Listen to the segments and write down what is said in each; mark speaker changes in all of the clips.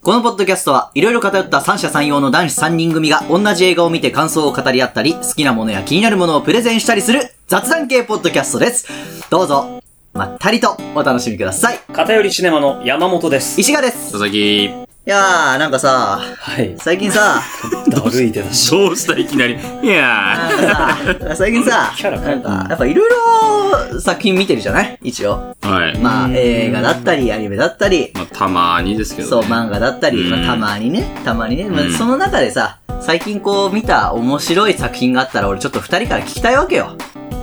Speaker 1: このポッドキャストは、いろいろ偏った三者三様の男子3人組が同じ映画を見て感想を語り合ったり、好きなものや気になるものをプレゼンしたりする雑談系ポッドキャストです。どうぞ、まったりとお楽しみください。
Speaker 2: 偏りシネマの山本です。
Speaker 1: 石賀です。
Speaker 3: 佐々木、
Speaker 1: いやー、なんかさ、
Speaker 2: はい。
Speaker 1: 最近さ、
Speaker 2: だるい出だし。
Speaker 3: どうしたいきなり。いや
Speaker 1: なんかさ、最近さ、
Speaker 2: キャラ変え
Speaker 1: なん
Speaker 2: た
Speaker 1: か、やっぱいろいろ作品見てるじゃない一応。
Speaker 3: ー。はい。ま
Speaker 1: まあ、映画だったり、アニメだったり、
Speaker 3: あ、たまにですけ
Speaker 1: そ
Speaker 3: ど、
Speaker 1: う、漫画だったり、
Speaker 3: うん
Speaker 1: まあ、たまにね、たまにね、まあ
Speaker 3: うん
Speaker 1: その中でさ、最近こう見た面白い作品があったら、俺ちょっと二人から聞きたいわけよ。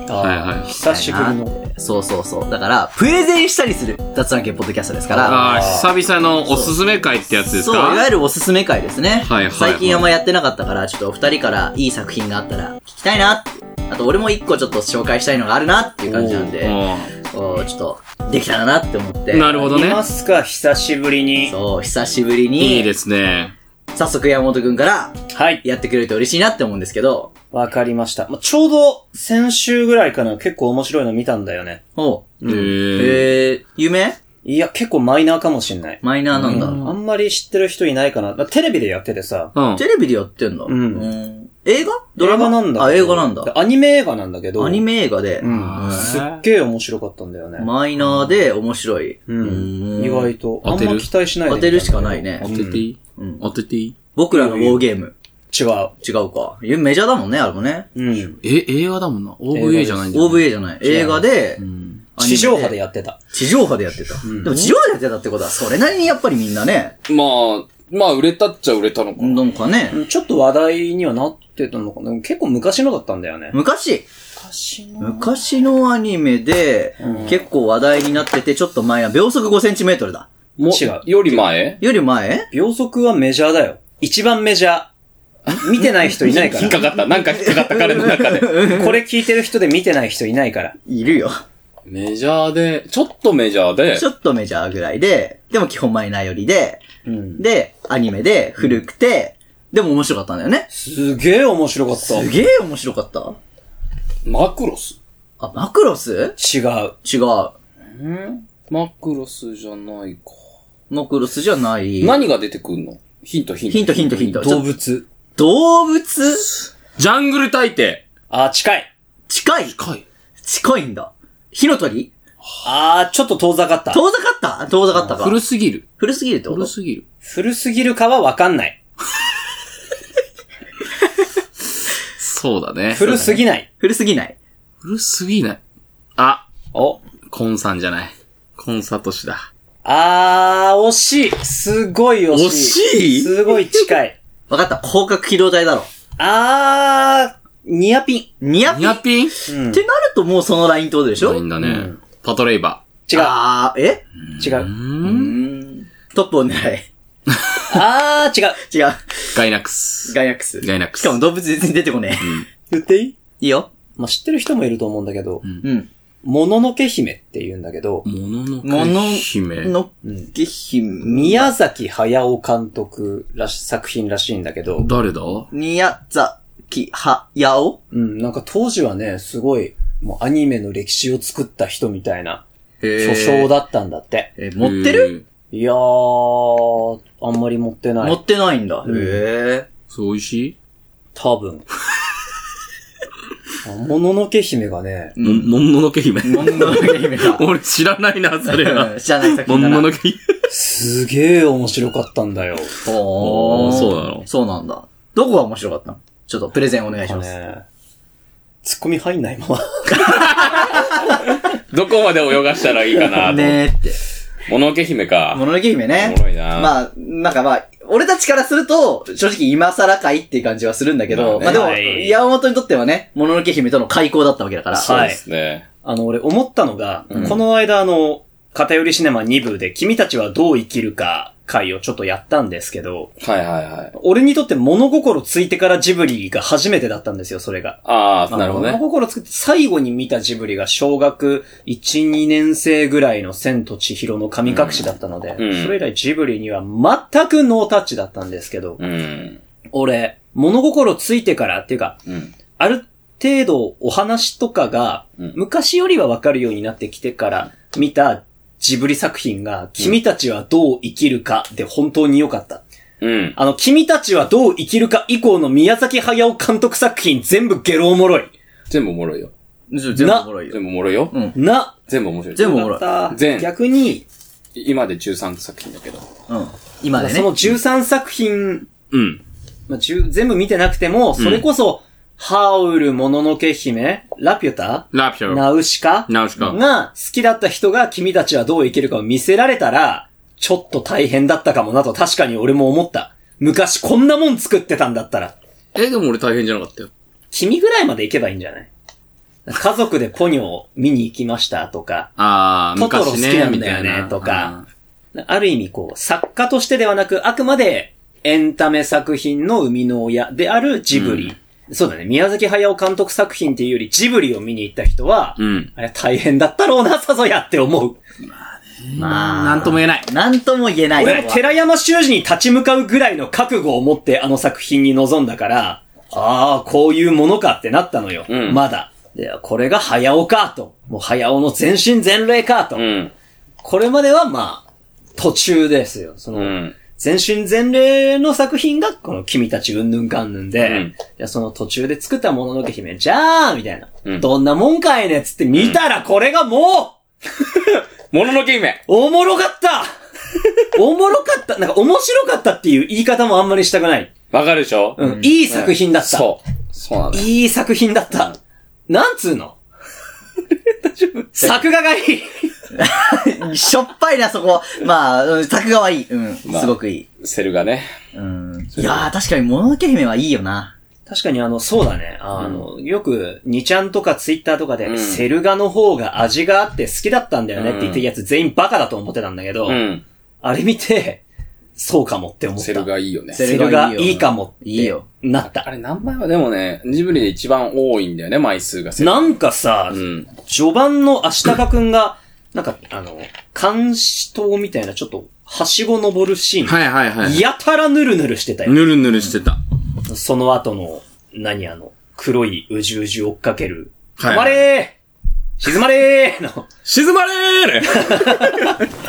Speaker 3: はいはい
Speaker 2: あー久しぶりの。
Speaker 1: そうそうそう。だから、プレゼンしたりする雑談系ポッドキャストですから。
Speaker 3: ああ、久々のおすすめ会ってやつです
Speaker 1: そう、いわ
Speaker 3: か
Speaker 1: ゆるおすすめ会ですね。
Speaker 3: はいはいはい
Speaker 1: 最近あんまやってなかったから、ちょっとお二人からいい作品があったら聞きたいなって。あと俺も一個ちょっと紹介したいのがあるなっていう感じなんで、
Speaker 3: う
Speaker 1: こうちょっとできたらなって思って。
Speaker 3: んなるほど
Speaker 2: い
Speaker 3: ね。
Speaker 2: ますか、久しぶりに。
Speaker 1: そう、久しぶりに、
Speaker 3: いいですね。
Speaker 1: 早速山本くんから
Speaker 2: はい。
Speaker 1: やってくれると嬉しいなって思うんですけど、
Speaker 2: わかりました。まあ、ちょうど先週ぐらいかな、結構面白いの見たんだよね。
Speaker 1: おう。
Speaker 3: えー、
Speaker 1: えー、夢
Speaker 2: いや、結構マイナーかもしんない。
Speaker 1: マイナーなんだ。
Speaker 2: うんあんまり知ってる人いないかな。まあテレビでやっててさ。
Speaker 3: うん
Speaker 1: テ。レビでやってんだ。
Speaker 2: うん
Speaker 1: 映画ドラマ
Speaker 2: 映画なんだ
Speaker 1: あ、
Speaker 2: けど
Speaker 1: 映画なんだ。
Speaker 2: アニメ映画なんだけど。
Speaker 1: アニメ映画で。
Speaker 2: うん。
Speaker 1: うん
Speaker 2: すっげえ面白かったんだよね。
Speaker 1: マイナーで面白い。
Speaker 2: うん。
Speaker 1: うん
Speaker 2: 意外と。あ
Speaker 3: 当
Speaker 2: ん
Speaker 3: てる
Speaker 2: ま期待しないで
Speaker 1: 当てるしかないね
Speaker 3: 当てていい、
Speaker 1: うん
Speaker 3: 当てていい
Speaker 1: 僕らのウォーゲーム。
Speaker 2: 違う。
Speaker 1: 違うか。いやメジャーだもんね、あれもね。
Speaker 2: うん。
Speaker 3: え、映画だもんな。
Speaker 2: 映画
Speaker 3: OVA
Speaker 2: です
Speaker 3: じゃないんだよ。
Speaker 1: OVA じゃない。映画で、
Speaker 3: うん。
Speaker 1: アニメ
Speaker 2: 地上波でやってた。
Speaker 1: 地上波でやってた。でも地上波でやってたってことは、それなりにやっぱりみんなね、
Speaker 3: まあ、まあ、売れたっちゃ売れたのか
Speaker 1: なんかね、
Speaker 2: ちょっと話題にはなってたのかなでも結構昔のだったんだよね。
Speaker 1: 昔、
Speaker 2: 昔の
Speaker 1: 昔のアニメで、結構話題になってて、ちょっと前な、秒速5センチメートルだ。
Speaker 3: も
Speaker 2: 違う
Speaker 3: より前
Speaker 1: より前
Speaker 2: 秒速はメジャーだよ。一番メジャー。見てない人いないか
Speaker 3: 引っ
Speaker 2: ら。
Speaker 3: かかった。なんか引っかかった、彼の中で。
Speaker 2: これ聞いてる人で見てない人いないから。
Speaker 1: いるよ。
Speaker 3: メジャーで、ちょっとメジャーで
Speaker 1: ちょっとメジャーぐらいで、でも基本マイナーよりで、
Speaker 2: うん。
Speaker 1: で、アニメで、古くて、でも面白かったんだよね。
Speaker 2: すげえ面白かった。
Speaker 1: すげえ面白かった。
Speaker 3: マクロス。
Speaker 1: あ、マクロス
Speaker 2: 違う。
Speaker 1: 違う。
Speaker 3: マクロスじゃないか。
Speaker 1: マクロスじゃない。
Speaker 3: 何が出てくんのヒントヒント。
Speaker 1: ヒントヒントヒント。ちょ
Speaker 2: 動物。
Speaker 1: 動物
Speaker 3: ジャングル大帝。
Speaker 2: あー、近い。
Speaker 1: 近い
Speaker 3: かい。
Speaker 1: 近いんだ。火の鳥
Speaker 2: あー、ちょっと遠ざかった。
Speaker 1: 遠ざかった遠ざかったか。
Speaker 3: 古すぎる。
Speaker 1: 古すぎるってこ
Speaker 3: 古
Speaker 1: と
Speaker 3: すぎる。
Speaker 2: 古すぎるかはわかんない。
Speaker 3: そうだね。
Speaker 2: 古すぎない。
Speaker 1: 古すぎない。
Speaker 3: 古すぎない。あ、
Speaker 2: お。
Speaker 3: コンさんじゃない。コンサトシだ。
Speaker 2: あー、惜しい。すごい惜しい。
Speaker 3: 惜しい
Speaker 2: すごい近い。
Speaker 1: わかった。広角機動隊だろ。
Speaker 2: あー、ニアピ
Speaker 1: ニアピ
Speaker 3: ニ
Speaker 1: ン
Speaker 3: ア
Speaker 1: っ
Speaker 3: ピン
Speaker 2: ン。うん。
Speaker 1: てなるともうそのラインってことでしょ
Speaker 3: ないんだね、
Speaker 2: うん
Speaker 3: パトレイバ
Speaker 2: 違う。
Speaker 1: あー、え
Speaker 2: 違
Speaker 3: ー。
Speaker 2: う。
Speaker 1: うー
Speaker 3: ん
Speaker 1: ん。トップを狙え。
Speaker 2: あー、違う。
Speaker 1: 違う。
Speaker 3: ガイナックス。
Speaker 1: ガイナックス。
Speaker 3: ガイナックス
Speaker 1: しかも動物全然出てこね
Speaker 2: 言っていい
Speaker 1: え。いいよ。
Speaker 2: まあ、知ってる人もいると思うんだけど、
Speaker 1: うん。
Speaker 2: もののけ姫って言うんだけど、
Speaker 3: もの
Speaker 1: も
Speaker 3: の
Speaker 1: の
Speaker 3: け、姫。
Speaker 1: のっけ姫。
Speaker 2: 宮崎駿監督らし、作品らしいんだけど、
Speaker 3: 誰だ
Speaker 1: 宮崎はやお
Speaker 2: うん、なんか当時はね、すごい、もうアニメの歴史を作った人みたいな、
Speaker 1: 巨
Speaker 2: 巨匠。だったんだって。
Speaker 1: えー、持ってる
Speaker 3: へー
Speaker 2: いやー、あんまり持ってな
Speaker 1: 持
Speaker 2: い
Speaker 1: っ。てないんだ。へえ。
Speaker 3: そう、美味し
Speaker 2: 多分。 あもののけ姫がね、
Speaker 3: いも、もののけ 姫。
Speaker 1: もんののけ姫だ。
Speaker 3: 俺 知らないな、 それは
Speaker 1: うん。知らない作
Speaker 3: も
Speaker 1: 品だ
Speaker 3: の
Speaker 1: な。
Speaker 3: のけ姫。
Speaker 2: すげー面白かったんだよ。
Speaker 1: ほー
Speaker 3: おーそうなの
Speaker 1: そうなんだ。どこが面白かったのちょっとプレゼンお願いします。
Speaker 2: ね、ツッコミ入んないまま。
Speaker 3: どこまで泳がしたらいいかなと。
Speaker 1: ねーって。
Speaker 3: もののけ姫か。
Speaker 1: もののけ姫ね。
Speaker 3: おもろいな
Speaker 1: まあ、なんかまあ、俺たちからすると、正直今更かいっていう感じはするんだけど、ま
Speaker 3: ま
Speaker 1: あ
Speaker 3: あ
Speaker 1: でも、
Speaker 3: ね
Speaker 2: はい
Speaker 1: 山本にとってはね、もののけ姫との開口だったわけだから。
Speaker 3: そうですね。
Speaker 2: あの、俺思ったのが、この間あの、偏りシネマ2部で君たちはどう生きるか回をちょっとやったんですけど、
Speaker 3: はいはいはい。
Speaker 2: 俺にとって物心ついてからジブリが初めてだったんですよ、それが。
Speaker 3: ああ、なるほど
Speaker 2: 物
Speaker 3: ね。
Speaker 2: 心ついて、最後に見たジブリが小学1、2年生ぐらいの千と千尋の神隠しだったので、
Speaker 3: うんうん
Speaker 2: それ以来ジブリには全くノータッチだったんですけど、
Speaker 3: うん。
Speaker 2: 俺、物心ついてからっていうか、
Speaker 3: うん。
Speaker 2: ある程度お話とかが、
Speaker 3: うん
Speaker 2: 昔よりはわかるようになってきてから見たジブリ作品が、君たちはどう生きるかで本当に良かった。
Speaker 3: うん。
Speaker 2: あの、君たちはどう生きるか以降の宮崎駿監督作品全部ゲロおもろい。
Speaker 3: 全部おもろいよ。
Speaker 1: 全部おもろいよ
Speaker 3: 全。部おもろいよ。
Speaker 1: うん。
Speaker 2: な、
Speaker 3: 全部面白い。
Speaker 1: 全部おもろ
Speaker 2: だっ
Speaker 1: い。
Speaker 2: た
Speaker 3: 全
Speaker 2: 逆に、
Speaker 3: 今で13作品だけど。
Speaker 1: うん。今でね
Speaker 2: そ。の13作品、
Speaker 3: うん。
Speaker 2: まあ、10全部見てなくても、それこそ、ハウル、もののけ姫、ラピュタ、
Speaker 3: ラピュ
Speaker 2: ナウシカ
Speaker 3: ナウシカ
Speaker 2: が好きだった人が君たちはどう生きるかを見せられたら、ちょっと大変だったかもなと確かに俺も思った。昔こんなもん作ってたんだったら、
Speaker 3: え、でも俺大変じゃなかったよ。
Speaker 2: 君ぐらいまで行けばいいんじゃない家族でポニョを見に行きましたとか、
Speaker 3: あー、
Speaker 2: トトロ好き
Speaker 3: 昔
Speaker 2: なん
Speaker 3: ね。
Speaker 2: だよ
Speaker 3: みたい
Speaker 2: ね
Speaker 3: な
Speaker 2: とか、ある意味こう、作家としてではなく、あくまでエンタメ作品の生みの親であるジブリ。そうだね、宮崎駿監督作品っていうよりジブリを見に行った人は、
Speaker 3: うん。
Speaker 2: あれ大変だったろうな、さぞやって思う。
Speaker 1: まあ、
Speaker 3: なんとも言えない。
Speaker 1: なんとも言えない。
Speaker 2: 俺も寺山修司に立ち向かうぐらいの覚悟を持ってあの作品に臨んだから、ああ、こういうものかってなったのよ。
Speaker 3: うん
Speaker 2: まだ。で、これが早尾かと。もう早尾の全身全霊かと。
Speaker 3: うん。
Speaker 2: これまではまあ、途中ですよ。その、
Speaker 3: うん。
Speaker 2: 全身全霊の作品が、この君たちうんぬんかんぬんで、
Speaker 3: うん
Speaker 2: いや、その途中で作ったもののけ姫、じゃあ、みたいな、
Speaker 3: うん
Speaker 2: どんなもんかいねっつって見たらこれがも
Speaker 3: もののけ姫
Speaker 2: う、おもろかった おもろかったなんか面白かったっていう言い方もあんまりしたくない。
Speaker 3: わかるでしょ
Speaker 2: うん、いい作品だった。
Speaker 3: そう。そうなんだよ。
Speaker 2: いい作品だった。なんつう の作画がいい
Speaker 1: しょっぱいな、そこ。まあ、うん作画はいい。うん。
Speaker 3: まあ
Speaker 1: すごくいい。
Speaker 3: セルがね。
Speaker 1: うん。いやー、確かに、もののけ姫はいいよな。
Speaker 2: 確かにあの、そうだね。あの、よく、2ちゃんとかツイッターとかで、
Speaker 3: うん
Speaker 2: セルガの方が味があって好きだったんだよねって言ってるやつ全員バカだと思ってたんだけど、
Speaker 3: うん。
Speaker 2: あれ見て、そうかもって思った。
Speaker 3: セルがいいよね。
Speaker 2: セルガいいかもって
Speaker 1: いいよ。
Speaker 2: なっ
Speaker 3: あ
Speaker 2: た。
Speaker 3: れ何枚はでもね、ジブリで一番多いんだよね、枚数が。
Speaker 2: なんかさ、
Speaker 3: うん。
Speaker 2: 序盤の足高くんが、なんか、あの、監視塔みたいなちょっと、はしご登るシーン。
Speaker 3: はいはいはい。
Speaker 2: やたらぬるぬるしてたよ。
Speaker 3: ぬるぬるしてた。
Speaker 2: その後の、何あの、黒いうじうじ追っかける。
Speaker 3: はい
Speaker 2: 止まれー静まれーの、
Speaker 3: 沈まれー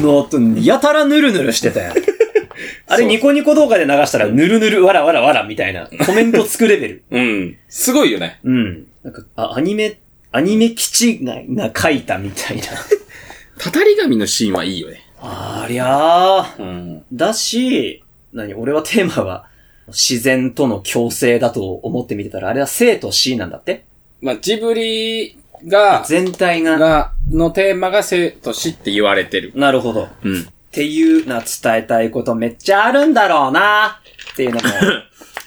Speaker 2: のと、やたらぬるぬるしてた やん。あれ
Speaker 3: そう
Speaker 2: ニコニコ動画で流したら、ぬるぬるわらわらわらみたいな、コメントつくレベル。
Speaker 3: うん。すごいよね。
Speaker 2: うん。なんか、あ、アニメ、アニメ基地がが書いたみたいな。
Speaker 3: たたり神のシーンはいいよね。
Speaker 2: ありゃー。
Speaker 3: うん。
Speaker 2: だし、何俺はテーマは、自然との共生だと思って見てたら、あれは生と死なんだって
Speaker 3: まあ、ジブリが、
Speaker 2: 全体が。
Speaker 3: が、のテーマが生と死って言われてる。
Speaker 2: なるほど。
Speaker 3: うん。
Speaker 2: っていうな伝えたいことめっちゃあるんだろうなっていうのも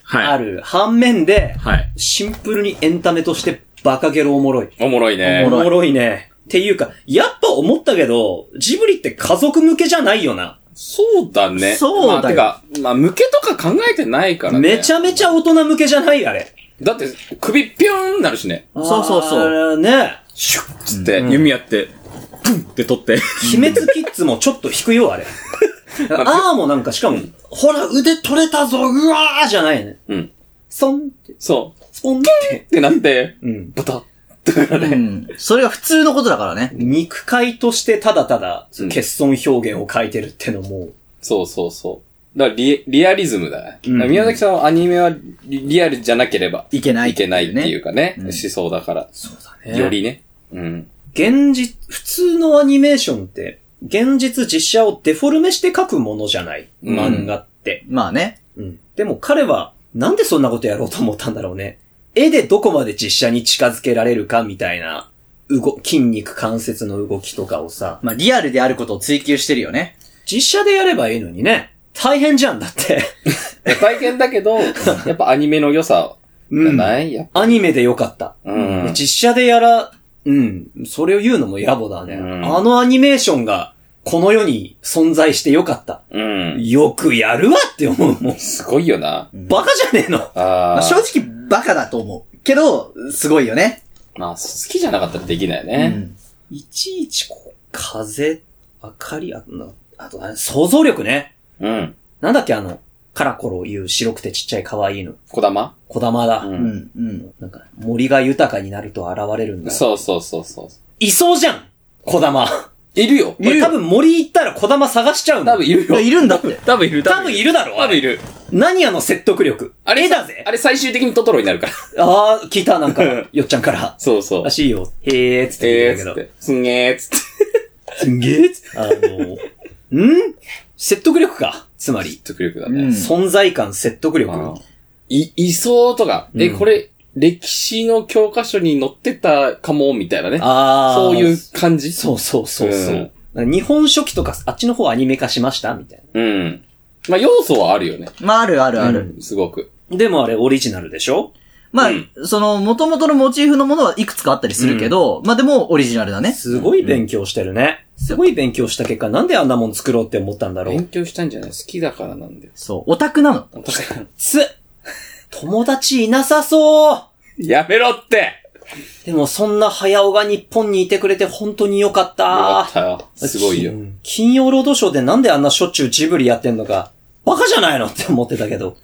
Speaker 3: はい。
Speaker 2: ある。反面で、
Speaker 3: はい。
Speaker 2: シンプルにエンタメとしてバカゲロおもろい。
Speaker 3: おもろいね。
Speaker 2: おもろいね。っていうか、やっぱ思ったけど、ジブリって家族向けじゃないよな。
Speaker 3: そうだね。
Speaker 1: そうだよ
Speaker 3: まあ、てか、まあ、向けとか考えてないからね。
Speaker 2: めちゃめちゃ大人向けじゃない、あれ。
Speaker 3: だって、首ピューンなるしね。
Speaker 1: そうそうそう。
Speaker 2: う。ね
Speaker 3: シュッつって、弓やって、プンって取って。
Speaker 2: 秘密キッズもちょっと引くよ、あれ。あーもなんか、しかも、ほら、腕取れたぞ、うわーじゃないね。
Speaker 3: うん。
Speaker 2: そんって、
Speaker 3: そう。
Speaker 2: スポンって。
Speaker 3: ってなって、
Speaker 2: うん。
Speaker 3: ブタッ。
Speaker 1: うん。それが普通のことだからね。
Speaker 2: 肉塊としてただただ、
Speaker 3: うん
Speaker 2: 欠損表現を書いてるってのも、
Speaker 3: そうそうそう。だからリ、リアリズムだね。
Speaker 2: うん
Speaker 3: だから宮崎さんはアニメはリリアルじゃなければ
Speaker 1: いけない
Speaker 3: いけないっていう
Speaker 1: う。
Speaker 3: かね、
Speaker 1: うん
Speaker 3: 思想だから、
Speaker 2: そうだ
Speaker 3: よ。りね。うん。
Speaker 2: 現実、普通のアニメーションって、現実実写をデフォルメして書くものじゃない。
Speaker 3: うん
Speaker 2: 漫画って。
Speaker 1: まあね。
Speaker 2: うん。でも彼は、なんでそんなことやろうと思ったんだろうね。絵でどこまで実写に近づけられるかみたいな、動、筋肉関節の動きとかをさ、
Speaker 1: まあ、リアルであることを追求してるよね。
Speaker 2: 実写でやればいいのにね。大変じゃんだって。
Speaker 3: 体験だけど、やっぱアニメの良さじゃない、やっ
Speaker 2: アニメでよかった。
Speaker 3: ぱ。うん。
Speaker 2: 実写でやら、うん、それを言うのも野暮だね。
Speaker 3: うん
Speaker 2: あのアニメーションが、この世に存在してよかった。
Speaker 3: うん。
Speaker 2: よくやるわって思うもん。
Speaker 3: すごいよな。
Speaker 2: バカじゃねえの。
Speaker 1: ま
Speaker 3: あ
Speaker 1: あ、
Speaker 3: あ。
Speaker 1: 正直、バカだと思う。けど、すごいよね。
Speaker 3: まあ、好きじゃなかったらできないよ
Speaker 1: う
Speaker 3: ね。
Speaker 1: ん。
Speaker 2: いちいちこう、風、明かり、あの、あと、あ想像力ね。
Speaker 3: うん。
Speaker 2: なんだっけあの、カラコロ言う白くてちっちゃい可愛いの。
Speaker 3: こだま
Speaker 2: 小玉だ。
Speaker 1: う
Speaker 3: うん。
Speaker 1: ん。うん。
Speaker 2: なんか、森が豊かになると現れるんだ。
Speaker 3: そうそうそうそう。
Speaker 2: いそうじゃん小玉。
Speaker 3: いるよ。
Speaker 2: 俺多分森行ったら小玉探しちゃうの。
Speaker 3: 多分いる
Speaker 1: いや、
Speaker 3: よ。
Speaker 1: いるんだって。
Speaker 3: 多分いる。
Speaker 2: 多分いるだろ。
Speaker 3: 多分いる。
Speaker 2: 何あの説得力。
Speaker 3: あれ
Speaker 2: 絵だぜ
Speaker 3: あ。れ最終的にトトロになるから。
Speaker 2: ああ、聞いた、なんか、よっちゃんから。
Speaker 3: そうそう
Speaker 2: ら。しいよ。へえーっつって言っ
Speaker 3: えー、
Speaker 2: て
Speaker 3: つ
Speaker 2: た
Speaker 3: っ
Speaker 2: けど。
Speaker 3: て。すんげーっつって。
Speaker 2: すんげえあの、ん説得力か。つまり。
Speaker 3: 説得力だ
Speaker 1: う
Speaker 3: ね。
Speaker 1: ん
Speaker 2: 存在感、説得力。
Speaker 3: うんい、いそうとか、え、
Speaker 2: うん
Speaker 3: これ、歴史の教科書に載ってたかも、みたいなね。
Speaker 2: ああ。
Speaker 3: そういう。感じ。
Speaker 2: そうそうそうそううんなんか日本書紀とか、あっちの方アニメ化しましたみたい
Speaker 3: うん。まあ、要素はあるよね。
Speaker 1: まあ、あるあるある。
Speaker 3: うんすごく。
Speaker 2: な。でもあれオリジナルでしょ
Speaker 1: まあ、
Speaker 3: うん
Speaker 1: その、元々のモチーフのものはいくつかあったりするけど、まあでもオリジナルだね。
Speaker 2: すごい勉強してるね。すごい勉強した結果、なんであんなもん作ろうって思ったんだろう
Speaker 3: 勉。強したんじゃない好きだからなんだよ。
Speaker 1: そう、オタクなの。
Speaker 3: 確かに。
Speaker 2: つ友達いなさそう
Speaker 3: やめろってよ
Speaker 2: でもそんな早尾が日本にいてくれて本当によかった。
Speaker 3: かったよ。すごいよ
Speaker 2: う。ん金曜ロードショーでなんであんなしょっちゅうジブリやってんのか、バカじゃないのって思ってたけど、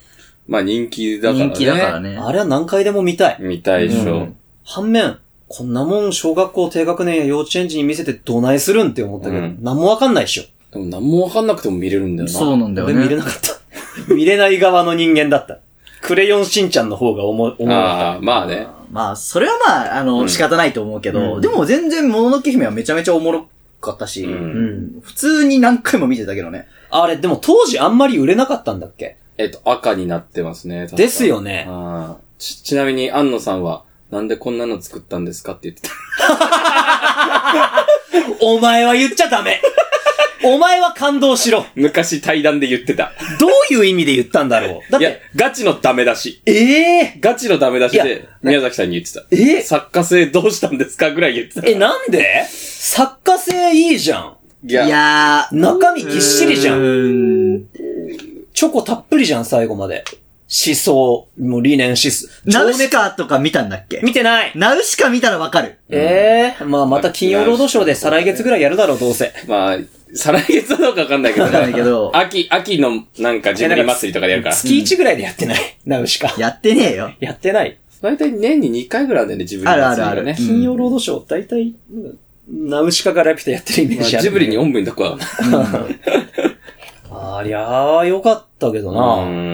Speaker 3: まあ、人気だからね。
Speaker 1: 人気だから。ね。
Speaker 2: あれは何回でも見たい。
Speaker 3: 見たいでし
Speaker 1: う
Speaker 3: ょ
Speaker 1: ん。
Speaker 2: 反面、こんなもん小学校低学年や幼稚園児に見せてどないするんって思ったけど、
Speaker 3: うん
Speaker 2: 何もわかんないっしょ。
Speaker 3: でも、何もわかんなくても見れるんだよな。
Speaker 1: そうなんだよ
Speaker 2: 俺見れ
Speaker 1: ね。
Speaker 2: なかった。 見れない側の人間だった。クレヨンしんちゃんの方が重重かっ
Speaker 3: ああ、まあね。
Speaker 1: まあ、それはまあ、あの、
Speaker 3: うん
Speaker 1: 仕方ないと思うけど、
Speaker 2: うん
Speaker 1: でも全然、もののけ姫はめちゃめちゃおもろかったし、
Speaker 3: う
Speaker 2: た。
Speaker 3: ん
Speaker 2: うん。
Speaker 1: 普通に何回も見てたけどね。
Speaker 2: あれ、でも当時あんまり売れなかったんだっけ
Speaker 3: えっと、赤になってますね。確か
Speaker 2: ですよね。
Speaker 3: あーち、ちなみに、安野さんは、なんでこんなの作ったんですかって言ってた。
Speaker 2: お前は言っちゃダ メお前は感動しろ
Speaker 3: 昔対談で言ってた。
Speaker 2: どういう意味で言ったんだろうだっ
Speaker 3: いや
Speaker 2: て、、
Speaker 3: ガチのダメ出し。
Speaker 2: ええ
Speaker 3: ガチのダメ出し
Speaker 2: い
Speaker 3: で、宮崎さんに言ってた。
Speaker 2: え
Speaker 3: 作家性どうしたんですかぐらい言ってた。
Speaker 2: え、なんで作家性いいじゃん。
Speaker 3: い
Speaker 1: いやー、
Speaker 2: 中身ぎっしりじゃ。
Speaker 1: うんーん。
Speaker 2: チョコたっぷりじゃん、最後まで。思想、もう理念思想。
Speaker 1: ナウ
Speaker 2: 情
Speaker 1: シ
Speaker 2: 熱
Speaker 1: カとか見たんだっけ
Speaker 2: 見てない
Speaker 1: ナウシカ見たらわかる。
Speaker 2: ええまあまた金曜ロードショーで再来月ぐらいやるだろう、どうせ。
Speaker 3: まあ、再来月はどうかわかんないけど
Speaker 1: わかんないけど
Speaker 3: 秋、秋のなんかジブリ祭りとかでやるから。
Speaker 2: 月1ぐらいでやってない。ナウシカ。
Speaker 1: やってねえよ。
Speaker 2: やってない。
Speaker 3: 大体年に2回ぐらいだよね、ジブリ祭りがね。
Speaker 1: あるあるある
Speaker 2: 金曜ロードショー、大体、うんナウシカがラピュタやってるイメー
Speaker 3: まあ
Speaker 2: ジある。
Speaker 3: ジブリにおんぶにとこは。
Speaker 2: ありゃあ、よかったけど
Speaker 3: うん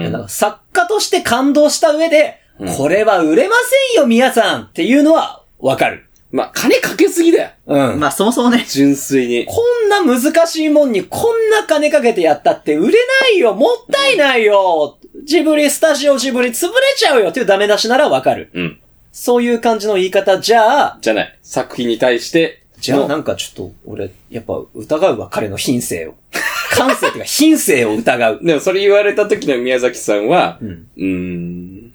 Speaker 2: な。いやなんか作家として感動した上で、
Speaker 3: うん
Speaker 2: これは売れませんよ、皆さんっていうのは、わかる。
Speaker 3: まあ、金かけすぎだよ。
Speaker 2: うん。
Speaker 1: まあ、そもそもね、
Speaker 3: 純粋に。
Speaker 2: こんな難しいもんにこんな金かけてやったって売れないよもったいないよジブリ、スタジオジブリ潰れちゃうよっていうダメ出しならわかる。
Speaker 3: うん。
Speaker 2: そういう感じの言い方じゃあ、
Speaker 3: じゃない。作品に対して。
Speaker 2: じゃあ
Speaker 3: の
Speaker 2: なんかちょっと俺、やっぱ疑うわ、彼の品性を。感性っていうか品性を疑う。
Speaker 3: でもそれ言われた時の宮崎さんは、
Speaker 2: う
Speaker 3: うんーん。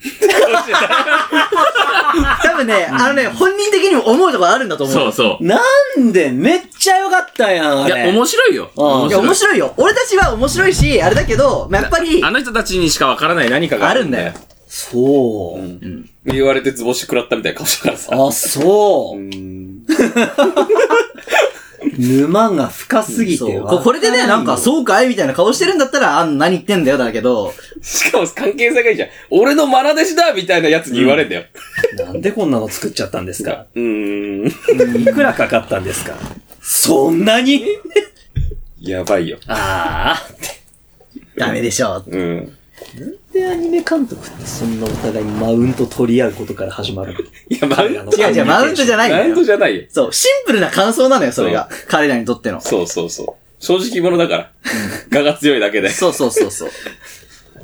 Speaker 1: 多分ね、あのね、本人的にも思うところあるんだと思う。
Speaker 4: そうそう。
Speaker 2: なんでめっちゃよかったやん、あ
Speaker 4: い
Speaker 2: れ。
Speaker 4: や、面白いよ。
Speaker 2: うん
Speaker 1: いや、面白いよ。俺たちは面白いし、あれだけど、まあやっぱり
Speaker 4: あ、の人たちにしかわからない何かが
Speaker 1: あるんだよ。。
Speaker 2: そう。
Speaker 3: 言われて図星食らったみたいな顔したからさ。
Speaker 2: あ、そうう。
Speaker 3: ーん。
Speaker 2: 沼が深すぎて
Speaker 1: そう
Speaker 2: わかんない
Speaker 1: ここれでね、なんか、そうかいみたいな顔してるんだったら、あん、何言ってんだよ、だけど、
Speaker 3: しかも関係性がいいじゃん。俺の愛弟子だみたいなやつに言われんだよ。
Speaker 2: なんでこんなの作っちゃったんですか
Speaker 3: うーん。
Speaker 2: いくらかかったんですかそんなに
Speaker 3: やばいよ。
Speaker 2: ああ。
Speaker 1: ダメでしょ。
Speaker 3: うん。
Speaker 2: で、アニメ監督ってそんなお互いにマウント取り合うことから始まる。
Speaker 3: いや、マウント
Speaker 1: 違う違う、マウントじゃないん
Speaker 3: マ
Speaker 1: だ
Speaker 3: ウント
Speaker 1: よ。
Speaker 3: じゃないよ。
Speaker 1: そう、シンプルな感想なのよ、それが。彼らにとっての。
Speaker 3: そうそうそう。正直者だから。我が強いだけで。
Speaker 1: そうそうそうそう。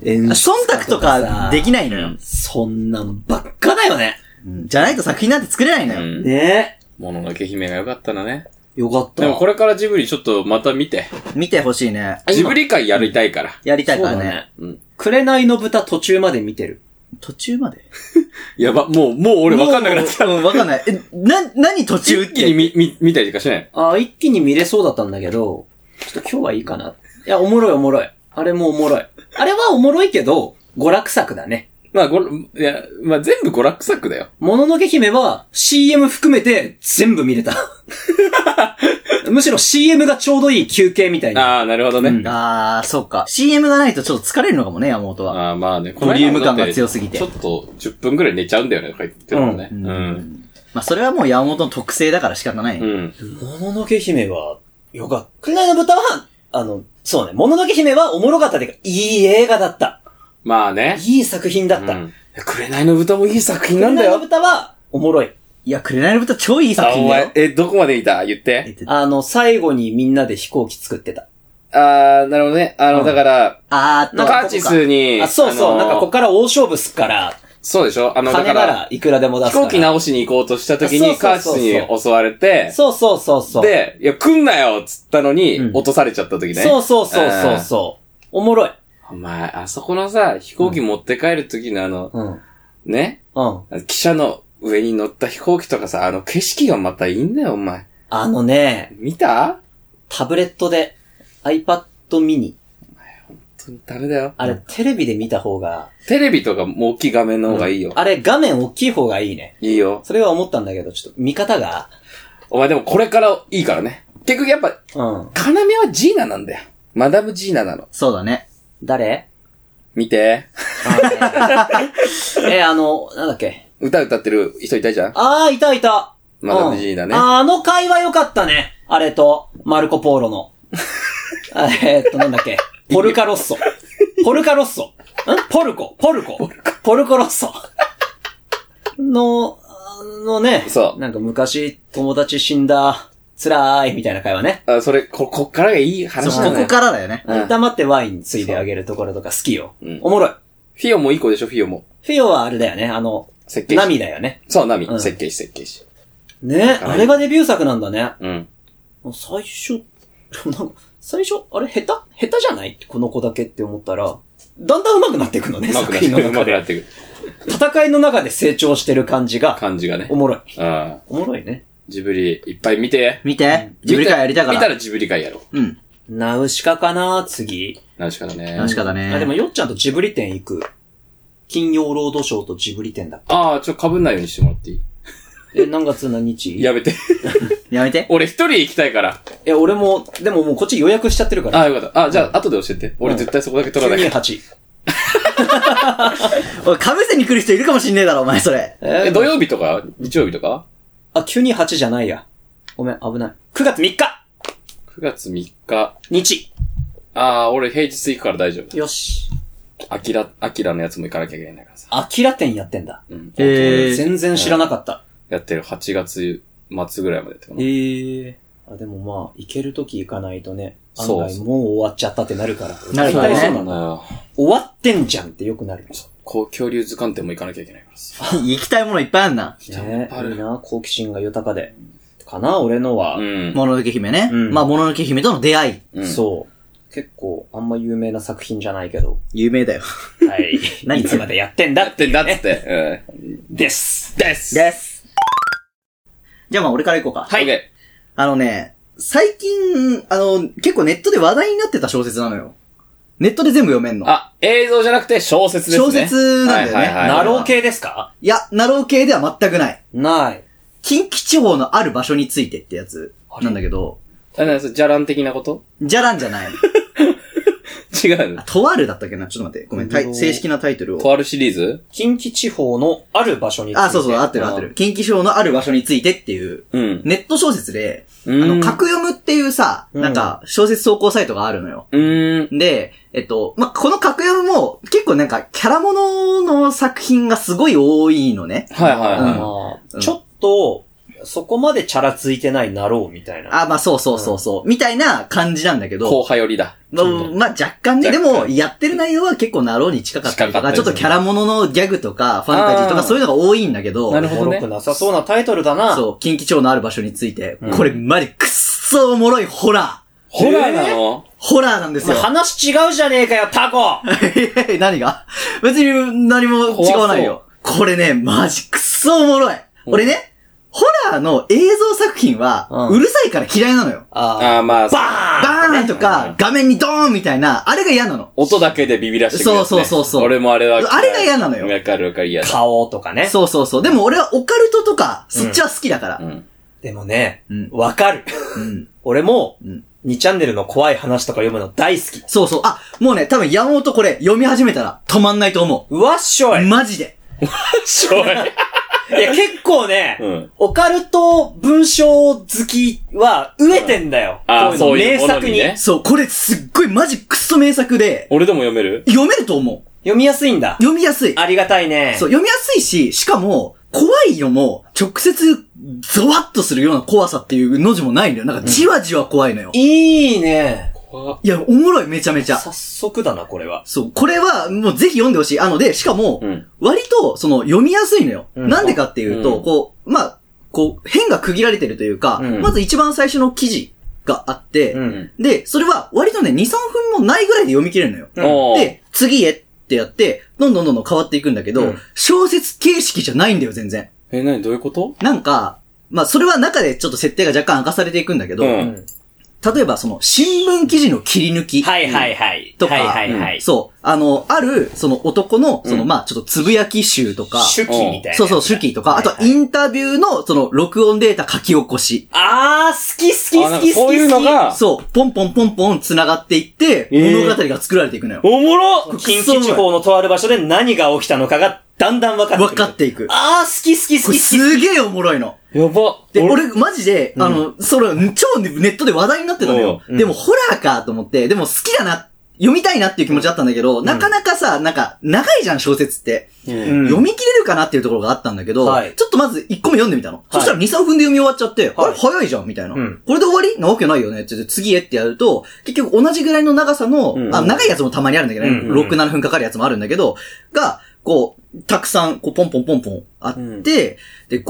Speaker 2: 演
Speaker 1: 忖度とかできないのよ。
Speaker 2: そんなんばっかだよね。
Speaker 1: うんじゃないと作品なんて作れないの
Speaker 3: う
Speaker 1: よ。
Speaker 3: ん
Speaker 2: ね
Speaker 3: もののけ姫が良かったなね。
Speaker 2: え。よかった。
Speaker 3: でもこれからジブリちょっとまた見て。
Speaker 1: 見てほしいね。
Speaker 3: ジブリ界やりたいから。
Speaker 1: やりたいから
Speaker 2: そうだ
Speaker 1: ね
Speaker 2: ね。
Speaker 3: うん。
Speaker 2: 紅の豚途中まで見てる。
Speaker 1: 途中まで
Speaker 3: やば、もう、もう俺わかんなくなってきた。
Speaker 1: もううんわかんない。え、な、何途中っ
Speaker 3: 一気に
Speaker 1: て。
Speaker 3: 見、見、見たりとかしない
Speaker 2: ああ、一気に見れそうだったんだけど、ちょっと今日はいいかな。いや、おもろいおもろい。あれもおもろい。あれはおもろいけど、娯楽作だね。
Speaker 3: まあ、ご、いや、まあ全部娯楽作だよ。
Speaker 2: もののけ姫は CM 含めて全部見れ た。むしろ CM がちょうどいい休憩みたいな。
Speaker 3: ああ、なるほどね。
Speaker 2: うん
Speaker 1: あー、そうか。CM がないとちょっと疲れるのかもね、山本は。
Speaker 3: ああ、まあね、こ
Speaker 1: ボリューム感が強すぎて
Speaker 3: ちょっと、10分ぐらい寝ちゃうんだよね、とか言ってるもんね。う
Speaker 1: うん
Speaker 3: ん。
Speaker 1: まあ、それはもう山本の特性だから仕方ないね。
Speaker 3: うん。
Speaker 2: もののけ姫はよかった。くんないの豚は、あの、そうね、もののけ姫はおもろかったでか、いい映画だった。
Speaker 3: まあね。
Speaker 2: いい作品だった。
Speaker 3: うん
Speaker 5: 紅の豚もいい作品
Speaker 2: く
Speaker 5: なんんだ
Speaker 2: ないの
Speaker 5: よ。
Speaker 2: 豚は、おもろい。
Speaker 1: いや、紅の豚超いい作
Speaker 3: あ、お
Speaker 1: 品だよ
Speaker 3: 前。、え、どこまでいた言って。
Speaker 2: あの、最後にみんなで飛行機作ってた。
Speaker 3: あー、なるほどね。あの、だから、
Speaker 1: あーっと、
Speaker 3: カーチスに、
Speaker 2: あ、そうそう、
Speaker 3: あの
Speaker 2: な
Speaker 3: ー
Speaker 2: んかこっから大勝負すっから、
Speaker 3: そうでしょあの、だ
Speaker 2: 金
Speaker 3: か
Speaker 2: な
Speaker 3: ら、
Speaker 2: らいくらでも出す
Speaker 3: 飛
Speaker 2: から。
Speaker 3: 行機直しに行こうとした時
Speaker 2: そう
Speaker 3: に、カ
Speaker 2: そう
Speaker 3: ー
Speaker 2: そうそ
Speaker 3: チ
Speaker 2: う
Speaker 3: スに襲われて、
Speaker 2: そうそうそうそう。
Speaker 3: で、いや、来んなよっつったのに、
Speaker 2: うん
Speaker 3: 落とされちゃった時ね。
Speaker 2: そうそうそうそうそう。おもろい。
Speaker 3: お前、あそこのさ、飛行機持って帰る時のあの、
Speaker 2: うん。
Speaker 3: ね、
Speaker 2: うん。
Speaker 3: 汽車の上に乗った飛行機とかさ、あの景色がまたいいんだよ、お前。
Speaker 2: あのね、
Speaker 3: 見た
Speaker 2: タブレットで iPad mini。
Speaker 3: 本当にダメだよ。
Speaker 2: あれ、テレビで見た方が、
Speaker 3: テレビとかもう大きい画面の方がいいよ。
Speaker 2: あれ、画面大きい方がいいね。
Speaker 3: いいよ。
Speaker 2: それは思ったんだけど、ちょっと見方が、
Speaker 3: お前でもこれからいいからね。結局やっぱ、
Speaker 2: うん。
Speaker 3: 要はジーナなんだよ。マダムジーナなの。
Speaker 1: そうだね。
Speaker 2: 誰
Speaker 3: 見て。
Speaker 2: え、あの、なんだっけ。
Speaker 3: 歌歌ってる人いたじゃん
Speaker 2: あー、いたいた。
Speaker 3: マダムジーナね
Speaker 2: うんあーあの会話良かったね。あれと、マルコ・ポーロ の。あえーっと、なんだっけ。ポルカロッソ。ポルカロッソ。んポルコ、ポルコ。ポルコロッソ。の、のね。
Speaker 3: そう
Speaker 2: なんか昔、友達死んだ、辛い、みたいな会話ね。
Speaker 3: あ、それ、こ、こっからがいい
Speaker 1: そ
Speaker 3: 話
Speaker 1: こ
Speaker 3: なの
Speaker 1: こ
Speaker 3: よ。
Speaker 1: からだよね。
Speaker 3: うん
Speaker 2: 黙ってワインついであげるところとか好きよ。
Speaker 3: うん
Speaker 2: おもろい。
Speaker 3: フィオもいい子でしょ、フィオも。
Speaker 2: フィオはあれだよね、あの、
Speaker 3: 設計士。
Speaker 2: ナミだよね。
Speaker 3: そう、ナミ
Speaker 2: う。ん
Speaker 3: 設計士、設計士。
Speaker 2: ね、
Speaker 3: うん
Speaker 2: あれがデビュー作なんだね。
Speaker 3: うん。
Speaker 2: 最初、 なんか、最初、あれ、下手下手じゃないこの子だけって思ったら、だんだん上手くなっていくのね、
Speaker 3: うまく
Speaker 2: 作
Speaker 3: なって
Speaker 2: 品
Speaker 3: く
Speaker 2: の
Speaker 3: る、うま
Speaker 2: 中
Speaker 3: くなっ
Speaker 2: で。
Speaker 3: てくる。
Speaker 2: 戦いの中で成長してる感じが、
Speaker 3: 感じがね
Speaker 2: お。もろい。
Speaker 3: うん。
Speaker 2: おもろいね。
Speaker 3: ジブリ、いっぱい見て。
Speaker 1: 見て、ジブリ会やりたいか
Speaker 3: 見
Speaker 1: ら。
Speaker 3: たらジブリ会やろう。
Speaker 1: うん。
Speaker 2: ナウシカかな次。
Speaker 3: 何しかだね。
Speaker 1: ナウシカだね
Speaker 2: あ、でも、よっちゃんとジブリ店行く。金曜ロードショーとジブリ店だ。
Speaker 3: ああ、ちょ、被んないようにしてもらってい
Speaker 2: え、何月何日
Speaker 3: いやめて。
Speaker 1: やめて。
Speaker 3: 俺一人行きたいから。
Speaker 2: え、俺も、でももうこっち予約しちゃってるから。
Speaker 3: ああ、よかった。あじゃあ、後で教えて。俺絶対そこだけ取らないから。
Speaker 2: 928。
Speaker 1: おい、かぶせに来る人いるかもしんねえだろ、お前、それ。
Speaker 2: え
Speaker 3: え、
Speaker 2: ー
Speaker 3: 土曜日とか日曜日とか
Speaker 2: あ、928じゃないや。ごめん、危ない。9月3日
Speaker 3: ?9 月3日。
Speaker 2: 日
Speaker 3: ああ、俺平日行くから大丈夫。
Speaker 2: よし。
Speaker 3: アキラ、アキラのやつも行かなきゃいけないんだからさ。
Speaker 2: アキラ店やってんだ。
Speaker 3: うん。
Speaker 1: えー、
Speaker 2: 全然知らなかった。
Speaker 3: やってる8月末ぐらいまでってかな。
Speaker 2: ええあ、でもまあ、行けるとき行かないとね、案
Speaker 3: そう
Speaker 2: 外もう終わっちゃったってなるから。
Speaker 1: なるからね
Speaker 2: 絶対
Speaker 3: そ
Speaker 2: そ
Speaker 3: うな
Speaker 2: うんの
Speaker 3: だよ。
Speaker 2: 終わってんじゃんってよくなる。
Speaker 3: こう、恐竜図鑑展も行かなきゃいけないからさ。
Speaker 1: 行きたいものいっぱいあんな。
Speaker 2: ね
Speaker 3: ぱいある
Speaker 2: いいな、好奇心が豊かで。かな、俺のは。
Speaker 3: うん。
Speaker 1: もののけ姫ね。
Speaker 2: うん
Speaker 1: まあ、もののけ姫との出会い。
Speaker 3: うん
Speaker 2: そう。結構、あんま有名な作品じゃないけど。
Speaker 1: 有名だよ。
Speaker 2: はい。
Speaker 1: 何
Speaker 2: いつまでやってんだ
Speaker 3: やってんだっつって。うん。
Speaker 2: です。
Speaker 3: です
Speaker 1: です。じゃあまあ、俺から行こうか。
Speaker 3: はい。OK
Speaker 1: あのね、最近、あの、結構ネットで話題になってた小説なのよ。ネットで全部読めんの。
Speaker 3: あ、映像じゃなくて小説ですね。
Speaker 1: 小説なんだよね
Speaker 3: はいはいはい
Speaker 2: ナロー系ですか
Speaker 1: いや、ナロー系では全くない。
Speaker 2: ない。
Speaker 1: 近畿地方のある場所についてってやつなんだけど、
Speaker 3: あ、なんかそれ、じゃらん的なこと
Speaker 1: じゃらんじゃない。
Speaker 3: 違うの
Speaker 1: あとあるだったっけなちょっと待って。ごめん。タイ正式なタイトル
Speaker 3: と
Speaker 1: を。
Speaker 3: あるシリーズ
Speaker 2: 近畿地方のある場所について。
Speaker 1: あ、そうそう、合ってる合ってる。近畿地方のある場所についてっていう、
Speaker 3: うん。
Speaker 1: ネット小説で、
Speaker 3: あ
Speaker 1: あの、格読むっていうさ、
Speaker 2: うん
Speaker 1: なんか、小説投稿サイトがあるのよ。
Speaker 3: うーん。
Speaker 1: で、えっと、ま、この格読むも、結構なんか、キャラものの作品がすごい多いのね。
Speaker 3: はいは
Speaker 1: う
Speaker 3: い
Speaker 1: ん
Speaker 3: は
Speaker 2: まあ
Speaker 1: うん
Speaker 2: ちょっと、そこまでチャラついてないなろうみたいな。
Speaker 1: あ、まあ、そうそうそうそう、みたいな感じなんだけ
Speaker 3: い。
Speaker 1: ど。
Speaker 3: 後輩寄りだ。
Speaker 1: まあ、
Speaker 2: ちょっと
Speaker 1: まあ、若干ね、で
Speaker 3: 若
Speaker 1: も、
Speaker 3: 干
Speaker 1: やってる内容は結構ナローに近かったりと
Speaker 3: 近か
Speaker 1: か、
Speaker 3: ったり
Speaker 1: ちょっとキャラもののギャグとか、ファンタジーとか、
Speaker 3: あー
Speaker 1: そういうのが多いんだけど、
Speaker 3: なる
Speaker 2: お
Speaker 3: ほ
Speaker 2: も
Speaker 3: ど
Speaker 2: ろ
Speaker 3: ね
Speaker 2: く。なさそうなタイトルだな。
Speaker 1: そう、近畿地方のある場所について、
Speaker 2: うん
Speaker 1: これマジくっそおもろいホラー。
Speaker 3: ホラーなの
Speaker 1: ホラーなんです
Speaker 2: お前
Speaker 1: よ。
Speaker 2: 話違うじゃねえかよ、タコ
Speaker 1: 何が別に何も違わないよ。これね、マジくっそおもろい。
Speaker 3: ん
Speaker 1: 俺ね、ホラーの映像作品は、
Speaker 2: うん
Speaker 1: うるさいから嫌いなのよ。
Speaker 2: あ
Speaker 3: あー、まあ、
Speaker 2: バーン
Speaker 1: バーンとか、画面にドーンみたいな、あれが嫌なの。
Speaker 3: 音だけでビビらしてくるやつね。
Speaker 1: そうそうそうそう
Speaker 3: 俺もあれは。
Speaker 1: あれが嫌なのよ
Speaker 3: わかるわかる嫌だ。
Speaker 2: 顔とかね。
Speaker 1: そうそうそう。でも俺はオカルトとか、そっちは好きだから
Speaker 3: う。ん。
Speaker 2: でもね
Speaker 1: うん、
Speaker 2: わ、かる。
Speaker 1: うん
Speaker 2: 俺も、
Speaker 1: うん
Speaker 2: 2チャンネルの怖い話とか読むの大好き。
Speaker 1: そうそう。あ、もうね、多分山本これ読み始めたら止まんないと思
Speaker 2: うわっしょ
Speaker 1: う。
Speaker 2: い、
Speaker 1: マジで。
Speaker 3: しょい。
Speaker 2: いや、結構ね、
Speaker 5: うん
Speaker 2: オカルト文章好きは飢えてんだよ。
Speaker 5: あー
Speaker 2: こ
Speaker 5: そういうもの
Speaker 2: 名作
Speaker 5: にね。
Speaker 1: そう、これすっごいマジクソ名作で、
Speaker 5: 俺でも読める
Speaker 1: 読めると思う。
Speaker 2: 読みやすいんだ。
Speaker 1: 読みやすい。
Speaker 2: ありがたいね。
Speaker 1: そう、読みやすいし、しかも、怖いのも、直接、ゾワッとするような怖さっていうの字もないんだよ。なんか、じわじわ怖いのよ。
Speaker 2: いいね。
Speaker 1: いや、おもろい、めちゃめちゃ。
Speaker 2: 早速だな、これは。
Speaker 1: そう、これは、もうぜひ読んでほしい。あので、しかも、
Speaker 5: うん
Speaker 1: 割と、その、読みやすいのよ。
Speaker 2: うん
Speaker 1: なんでかっていうと、
Speaker 5: うん
Speaker 1: こう、まあ、こう、変が区切られてるというか、
Speaker 5: うん
Speaker 1: まず一番最初の記事があって、
Speaker 2: うん。
Speaker 1: で、それは割とね、2、3分もないぐらいで読み切れるのよ。
Speaker 2: うん
Speaker 5: おー
Speaker 1: で、次へってやって、どんどんどんどん変わっていくんだけど、
Speaker 2: うん
Speaker 1: 小説形式じゃないんだよ、全然。
Speaker 5: え、なにどういうこと
Speaker 1: なんか、まあ、それは中でちょっと設定が若干明かされていくんだけど、
Speaker 5: う
Speaker 2: うんん
Speaker 1: 例えばその、新聞記事の切り抜き。
Speaker 2: はいはいはい。
Speaker 1: とか
Speaker 2: はいはいはい。
Speaker 1: そう。あの、ある、その男の、その、まあ、ちょっとつぶやき集とか、
Speaker 2: 手記みたいな。
Speaker 1: そうそう、手記とか、あとは
Speaker 2: はい
Speaker 1: インタビューの、その、録音データ書き起こし。
Speaker 2: あー、好き好き
Speaker 5: あな
Speaker 2: 好
Speaker 5: んか
Speaker 2: き好き。
Speaker 5: そういうのが、
Speaker 1: そう、ポンポンポンポン繋がっていって、
Speaker 5: えー
Speaker 1: 物語が作られていくのよ。
Speaker 5: おもろ
Speaker 2: 近畿地方のとある場所で何が起きたのかがだんだん分かってくる。
Speaker 1: 分かっていく。こ
Speaker 2: あー、好き好き好
Speaker 1: れ
Speaker 2: き好き。
Speaker 1: すげえおもろいの。
Speaker 5: やば
Speaker 1: で、俺、マジで、あの、それ、超ネットで話題になってたのよ。
Speaker 2: うん
Speaker 1: でも、ホラーかと思って、でも好きだな、読みたいなっていう気持ちだったんだけど、なかなかさ、なんか、長いじゃん、小説って。
Speaker 2: うん
Speaker 1: 読み切れるかなっていうところがあったんだけど、
Speaker 2: はい
Speaker 1: ちょっとまず1個目読んでみたの。
Speaker 2: はい
Speaker 1: そしたら2、3分で読み終わっちゃって、
Speaker 2: はい
Speaker 1: あれ早いじゃんみたいな、
Speaker 2: うん
Speaker 1: これで終わりなわけないよねって言って次へってやると、結局同じぐらいの長さの、
Speaker 5: うん
Speaker 1: あ長いやつもたまにあるんだけどね、
Speaker 2: うん
Speaker 1: 6、7分かかるやつもあるんだけど、が、こう、たくさん、こう、ポンポンポンポンあって、
Speaker 5: うん
Speaker 1: で、合計で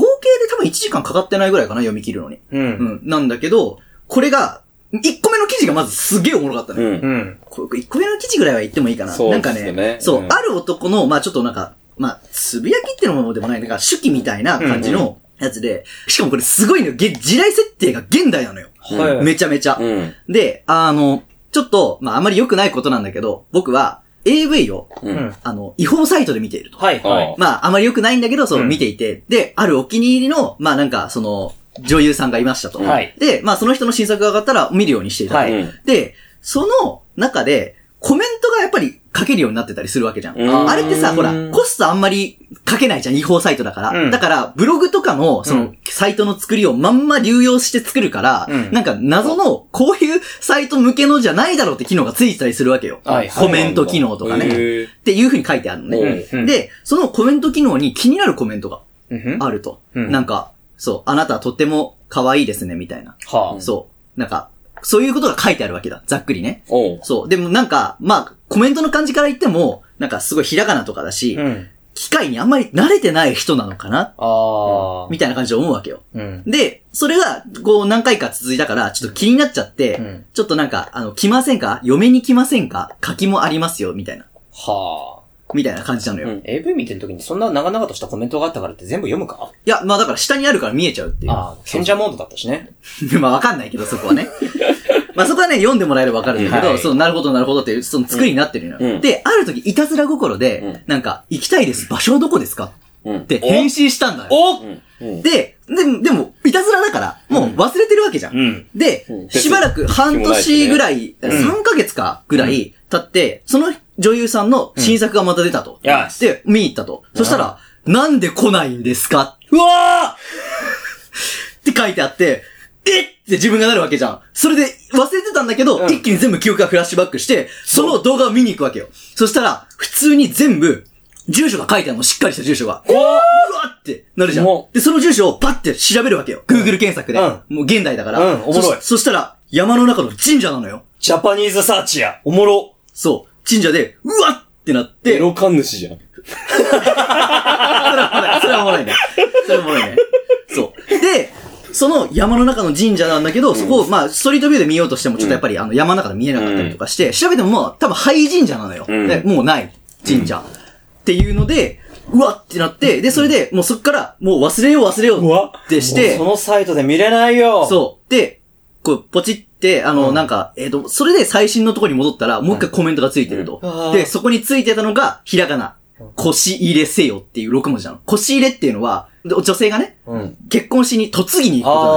Speaker 1: 多分1時間かかってないぐらいかな、読み切るのに。
Speaker 2: う。
Speaker 1: うんん。なんだけど、これが、1個目の記事がまずすげえおもろかったのよ
Speaker 5: うん。
Speaker 2: うん。
Speaker 1: これ、1個目の記事ぐらいは言ってもいいかな。
Speaker 5: そう
Speaker 1: な
Speaker 5: で
Speaker 1: ん
Speaker 5: す
Speaker 1: か
Speaker 5: ね
Speaker 1: ね、
Speaker 5: うん
Speaker 1: そう、ある男の、まあちょっとなんか、まあつぶやきってのもでもない、なんか、手記みたいな感じのやつで、しかもこれすごいのよ、げ時代設定が現代なのよ。
Speaker 2: はい
Speaker 1: めちゃめちゃ。
Speaker 5: うん。
Speaker 1: で、あの、ちょっと、まああまり良くないことなんだけど、僕は AV を、
Speaker 5: う。
Speaker 2: うんん。
Speaker 1: あの、違法サイトで見ていると。
Speaker 2: はいはい。
Speaker 1: まああまり良くないんだけど、そうの
Speaker 2: ん
Speaker 1: 見ていて、で、あるお気に入りの、まあなんか、その、女優さんがいましたと。
Speaker 2: はい
Speaker 1: で、まあその人の新作が上がったら見るようにしていたと。
Speaker 2: はい
Speaker 5: うん
Speaker 1: で、その中で、コメントがやっぱり書けるようになってたりするわけじゃん。
Speaker 5: うん
Speaker 1: あれってさ、ほら
Speaker 5: う、ん
Speaker 1: コストあんまり書けないじゃん、違法サイトだから。
Speaker 2: うん
Speaker 1: だから、ブログとかの、そうの、サイトの作りをまんま流用して作るから、
Speaker 2: うん
Speaker 1: なんか謎の、こういうサイト向けのじゃないだろうって機能がついてたりするわけよ。
Speaker 2: はいはい
Speaker 1: コメント機能とかね。
Speaker 5: へ
Speaker 1: っ
Speaker 5: ー
Speaker 1: ていう風に書いてあるのね、
Speaker 2: うんうん
Speaker 1: で、そのコメント機能に気になるコメントが
Speaker 2: うん
Speaker 1: あると。
Speaker 2: うん
Speaker 1: なんか、そう、あなたはとっても可愛いですね、みたいな。
Speaker 2: は
Speaker 1: そう。なんか、そういうことが書いてあるわけだ。ざっくりね。
Speaker 5: おう。
Speaker 1: そう。でもなんか、まあ、コメントの感じから言っても、なんかすごいひらがなとかだし、
Speaker 2: あ。うん。
Speaker 1: 機械にあんまり慣れてない人なのかな
Speaker 2: あ
Speaker 1: みたいな感じで思うわけよ。
Speaker 2: ー。うん。
Speaker 1: で、それが、こう何回か続いたから、ちょっと気になっちゃって、
Speaker 2: うん
Speaker 1: ちょっとなんか、あの、来ませんか嫁に来ませんか書きもありますよ、みたいな。
Speaker 2: はあ。
Speaker 1: みたいな感じなのよ。
Speaker 5: うん
Speaker 1: い
Speaker 2: AV 見てる時にそんな長々としたコメントがあったからって全部読むか
Speaker 1: や、まあだから下にあるから見えちゃうっていう。
Speaker 2: ああ、賢者モードだったしね。
Speaker 1: まあわかんないけど、そこ はね。まあそこはね、読んでもらえればわかるんだけど、
Speaker 2: はい
Speaker 1: そう、なるほどなるほどっていう、その作りになってるのよ。
Speaker 5: うん
Speaker 1: で、ある時、いたずら心で、
Speaker 5: うん
Speaker 1: なんか、行きたいです、場所はどこですか
Speaker 5: うん
Speaker 1: っ。て返信したんだよ。
Speaker 2: お
Speaker 5: うん。うん。
Speaker 1: で、で、でも、いたずらだから、もう忘れてるわけじゃん。
Speaker 2: ん。
Speaker 1: で
Speaker 5: うん、
Speaker 1: しばらく半年ぐらい、
Speaker 2: もないしね
Speaker 1: 3ヶ月かぐらい経って、その女優さんの新作がまた出たと。
Speaker 2: うんよし
Speaker 1: で、見に行ったと。そしたら、なんで来ないんですか
Speaker 2: うわ
Speaker 1: って書いてあって、えっって自分がなるわけじゃん。それで忘れてたんだけど、
Speaker 2: うん
Speaker 1: 一気に全部記憶がフラッシュバックして、その動画を見に行くわけよ。そしたら、普通に全部、住所が書いてあるの、しっかりした住所が。うわってなるじゃん
Speaker 5: も。
Speaker 1: で、その住所をパッて調べるわけよ。Google 検索で。
Speaker 2: う
Speaker 1: もう現代だから。
Speaker 2: うんおもろい
Speaker 1: そそしたら、山の中の神社なのよ。
Speaker 2: ジャパニーズサーチや。おもろ。
Speaker 1: そう。神社で、うわってなっ
Speaker 5: エ
Speaker 1: て、
Speaker 5: ロ神主じゃん。
Speaker 1: それはおもろいね。それはおもろいね。そう。で、その山の中の神社なんだけど、そこを、まあ、ストリートビューで見ようとしても、ちょっとやっぱり、あの、山の中で見えなかったりとかして、調べても、まあ、多分、廃神社なのよ。
Speaker 5: うん
Speaker 1: でもうない神社。っていうので、うわってなって、で、それで、もうそっから、もう忘れよう忘れよ
Speaker 2: うわ
Speaker 1: うってして
Speaker 2: そ、のサイトで見れないよ。
Speaker 1: そう。で、こう、ポチって、あの、
Speaker 2: うん
Speaker 1: なんか、えっ、と、それで最新のところに戻ったら、もう一回コメントがついてると。
Speaker 2: うんあー
Speaker 1: で、そこについてたのが、ひらがな。腰入れせよっていう6文字なの。腰入れっていうのは、で女性がね、
Speaker 2: う。うん。
Speaker 1: 結婚しに嫁ぎに行くことなの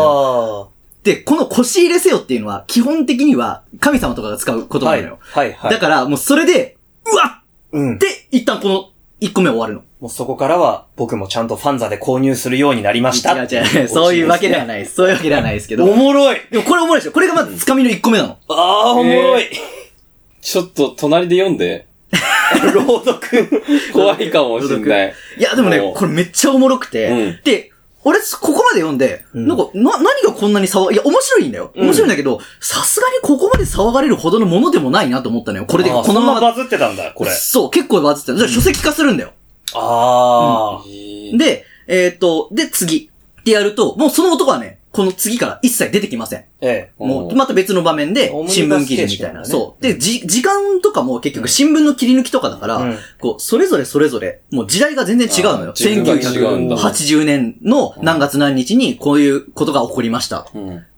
Speaker 1: よ。
Speaker 2: あ
Speaker 1: で、この腰入れせよっていうのは、基本的には、神様とかが使う言
Speaker 2: あ。
Speaker 1: 葉
Speaker 2: は。
Speaker 1: ないのよ。
Speaker 2: はいはい。
Speaker 1: だから、もうそれで、うわっ
Speaker 2: うん。
Speaker 1: て、一旦この1個目終わるの。
Speaker 2: もうそこからは僕もちゃんとファンザで購入するようになりました。
Speaker 1: 違う違う、そういうわけではないです。そういうわけではないですけ
Speaker 2: お
Speaker 1: ど。
Speaker 2: もろい
Speaker 1: でもこれおもろいでしょこれがまずつかみの1個目なの。
Speaker 2: ああ、おもろい、
Speaker 3: ちょっと隣で読んで。
Speaker 2: 朗 読。
Speaker 3: 怖いかもしんない。
Speaker 1: いや、でもね
Speaker 3: お、
Speaker 1: これめっちゃおもろくて、
Speaker 3: うん
Speaker 1: で、俺、ここまで読んで、なんか、な、何がこんなに騒、いや、面白いんだよ。面白いんだけど、さすがにここまで騒がれるほどのものでもないなと思ったのよ。これで、
Speaker 2: あー
Speaker 1: このまま。
Speaker 2: そんなバズってたんだ、これ。
Speaker 1: そう、結構バズってた。じゃあ書籍化するんだよ。
Speaker 2: ああ、
Speaker 1: で、えーっと、で、次。ってやると、もうその男はね、この次から一切出てきません。
Speaker 2: ええ。
Speaker 1: もう、また別の場面で
Speaker 2: オム、ニ
Speaker 1: 新
Speaker 2: バ
Speaker 1: 聞
Speaker 2: ス
Speaker 1: 記事
Speaker 2: 形
Speaker 1: み
Speaker 2: 式
Speaker 1: たいな。
Speaker 2: だからね
Speaker 1: そう。で、じ、時間とかも結局新聞の切り抜きとかだから、
Speaker 2: うん
Speaker 1: こう、それぞれそれぞれ、もう時代が全然違うのよ。
Speaker 3: あー時代が違うんだ
Speaker 1: 1980年の何月何日にこういうことが起こりました。っ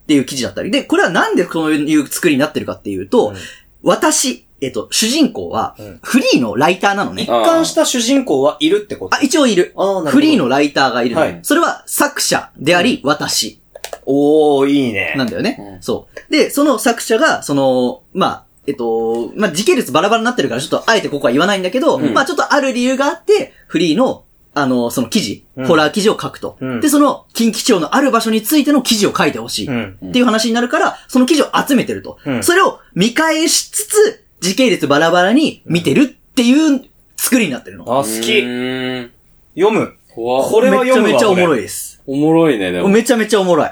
Speaker 1: ていう記事だったり。で、これはなんでこういう作りになってるかっていうと、
Speaker 2: うん
Speaker 1: 私、えっと、主人公は
Speaker 2: うん、
Speaker 1: フリーのライターなのね。
Speaker 2: 一貫した主人公はいるってこと
Speaker 1: あ、一応いる。
Speaker 2: あーなるほど
Speaker 1: フリーのライターがいるの、
Speaker 2: はい
Speaker 1: それは作者であり、私
Speaker 2: おー、いいね。
Speaker 1: なんだよね、
Speaker 3: うん
Speaker 1: そう。で、その作者が、その、まあ、えっと、まあ、時系列バラバラになってるから、ちょっとあえてここは言わないんだけど、
Speaker 3: うん
Speaker 1: まあ、ちょっとある理由があって、フリーの、あの、その記事、
Speaker 2: うん
Speaker 1: ホラー記事を書くと、
Speaker 2: うん
Speaker 1: で、その、近畿町のある場所についての記事を書いてほしい。
Speaker 2: うん。
Speaker 1: っていう話になるから、その記事を集めてると。
Speaker 2: うん
Speaker 1: それを見返しつつ、時系列バラバラに見てるっていう作りになってるの。
Speaker 2: あ、好
Speaker 3: き。
Speaker 2: き。
Speaker 3: うーん
Speaker 2: 読む。
Speaker 3: 怖
Speaker 2: これは読むわ
Speaker 1: めっちゃめちゃおもろ
Speaker 2: 俺
Speaker 1: いです。
Speaker 3: おもろいね、でも。
Speaker 1: めちゃめちゃおもろい。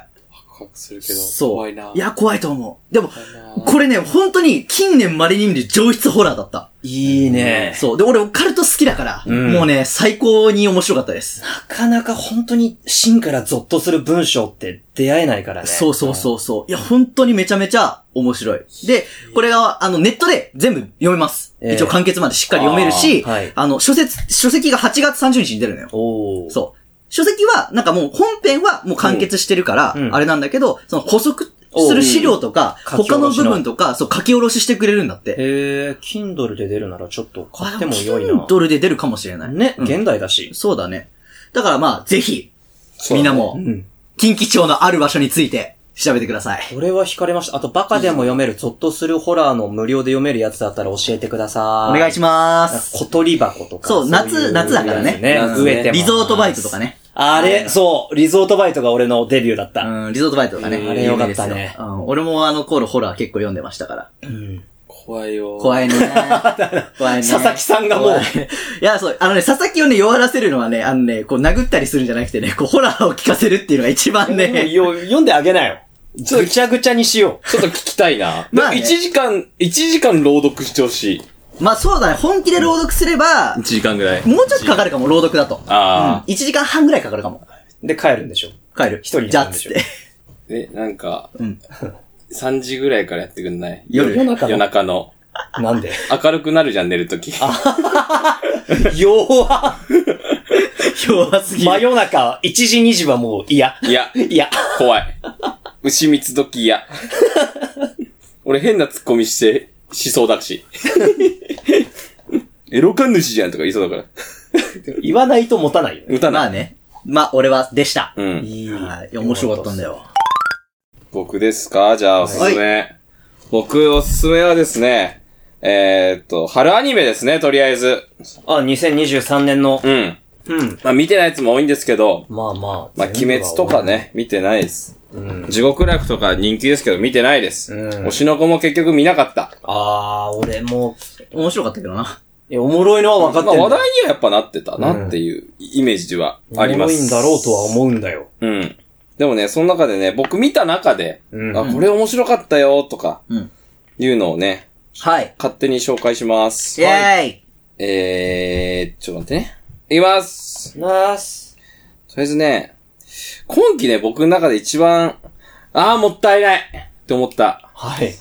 Speaker 3: 告白するけど。
Speaker 1: そう。
Speaker 3: 怖いな。
Speaker 1: や、怖いと思う。でも、
Speaker 3: 怖いな
Speaker 1: これね、本当に近年稀に見る上質ホラーだった。
Speaker 2: いいね。
Speaker 1: そう。で、俺オカルト好きだから、
Speaker 2: ん
Speaker 1: もうね、最高に面白かったです。
Speaker 2: なかなか本当に芯からゾッとする文章って出会えないからね。
Speaker 1: そうそうそうそう。いや、本当にめちゃめちゃ面白い。で、これが、あの、ネットで全部読めます。
Speaker 2: ええ
Speaker 1: 一応完結までしっかり読めるし、
Speaker 2: あーはい
Speaker 1: あの、書説、書籍が8月30日に出るのよ。
Speaker 2: おー。
Speaker 1: そう。書籍は、なんかもう本編はもう完結してるから、
Speaker 2: うんうん
Speaker 1: あれなんだけど、その補足する資料とか、
Speaker 2: おううん
Speaker 1: 他の部分とか、そう書き下ろししてくれるんだって。
Speaker 2: へえ、Kindle で出るならちょっと買っても良いな。
Speaker 1: ドルで出るかもしれない。
Speaker 2: ね、
Speaker 1: うん
Speaker 2: 現代だし。
Speaker 1: そうだね。だからまあ、ぜひ、
Speaker 3: そう
Speaker 1: みん
Speaker 3: だ
Speaker 1: な
Speaker 3: ね
Speaker 1: も、
Speaker 2: ん。
Speaker 1: 近畿町のある場所について調べてください。
Speaker 2: これは惹かれました。あと、バカでも読める、ゾッとするホラーの無料で読めるやつだったら教えてくださ
Speaker 1: お
Speaker 2: い。
Speaker 1: 願いしま
Speaker 2: なんか
Speaker 1: す。
Speaker 2: 小鳥箱とか。
Speaker 1: そう、
Speaker 2: い
Speaker 1: 夏、夏だからね。
Speaker 2: やつ
Speaker 1: うん
Speaker 2: 植えてます
Speaker 1: リゾートバイトとか。ね。
Speaker 2: あれ、そう、リゾートバイトが俺のデビューだった。
Speaker 1: うん、リゾートバイトとかね。
Speaker 2: あれよかったね
Speaker 1: 有名ですようん、俺もあの頃ホラー結構読んでましたから。
Speaker 2: うん。
Speaker 3: 怖いよ。
Speaker 1: 怖 いね。怖いね。
Speaker 2: 佐々木さんがもう
Speaker 1: 怖いいや、そう、あのね、佐々木をね、弱らせるのはね、あのね、こう殴ったりするんじゃなくてね、こう、ホラーを聞かせるっていうのが一番ね、
Speaker 2: よ読んであげなよ。
Speaker 3: ちょっ
Speaker 2: ぐちゃぐちゃにしよ
Speaker 3: ちょっと聞きたい な。
Speaker 1: まあね
Speaker 3: 1時間、一時間朗読してほしい。
Speaker 1: まあそうだね、本気で朗読すれば
Speaker 3: 1、時間ぐらい。
Speaker 1: もうちょっとかかるかも、朗読だと。うん
Speaker 3: あ。
Speaker 1: 1時間半ぐらいかかるかも。
Speaker 2: う。で、帰るんでしょ。
Speaker 1: 帰る。
Speaker 2: 一人で
Speaker 1: じゃあ、
Speaker 2: なんで
Speaker 1: つ
Speaker 2: し
Speaker 1: っ
Speaker 2: ょ
Speaker 1: て。
Speaker 3: あ。え、なんか、
Speaker 1: うん。
Speaker 3: 3時ぐらいからやってくんない
Speaker 1: 夜
Speaker 3: 夜中の。夜中の。
Speaker 2: なんで
Speaker 3: 明るくなるじゃん、寝るとき。
Speaker 2: 弱
Speaker 1: 弱すぎ
Speaker 2: 真
Speaker 1: る。
Speaker 2: 夜中、1時2時はもう嫌。
Speaker 3: いや、
Speaker 2: 嫌。
Speaker 3: 怖い。牛蜜時嫌。俺変なツッコミして、しそうだし。エロカン主じゃんとか言いそうだか
Speaker 2: 言わないと持たないよね。
Speaker 3: ら。歌
Speaker 1: ま
Speaker 3: な
Speaker 1: あ
Speaker 3: い。
Speaker 1: ね。まあ、俺は、でした。
Speaker 3: うん。
Speaker 2: い
Speaker 1: はい。いや面白かったんだ。よ。
Speaker 3: 僕ですかじゃあ、おすすめ。僕、おすすめはですね、えー、っと、春アニメですね、とりあえず。
Speaker 2: あ、2023年の。
Speaker 3: うん。
Speaker 2: うん。
Speaker 3: まあ、見てないやつも多いんですけど、
Speaker 2: まあまあ。
Speaker 3: まあ、鬼滅とかね、見てないです。
Speaker 2: うん。
Speaker 3: 地獄楽とか人気ですけど、見てないです。
Speaker 2: うん
Speaker 3: 推しの子も結局見なかった。
Speaker 2: あー、俺も
Speaker 1: 面白かったけどな。
Speaker 2: う、いやおもろいのは分かって
Speaker 3: まあ、
Speaker 2: んだ
Speaker 3: 話題にはやっぱなってたなっていうイメージはありま
Speaker 2: おもろ
Speaker 3: す。
Speaker 2: いんだろうとは思うんだよ。
Speaker 3: うん。でもね、その中でね、僕見た中で、
Speaker 2: うん
Speaker 3: あ、これ面白かったよとか
Speaker 1: うん。
Speaker 3: いうのをね、
Speaker 1: はい。
Speaker 3: 勝手に紹介します。
Speaker 1: イェーイ
Speaker 3: えー、ちょっと待ってね。いきます
Speaker 2: なーす。
Speaker 3: とりあえずね、今期ね、僕の中で一番、ああ、もったいないって思った
Speaker 2: はい。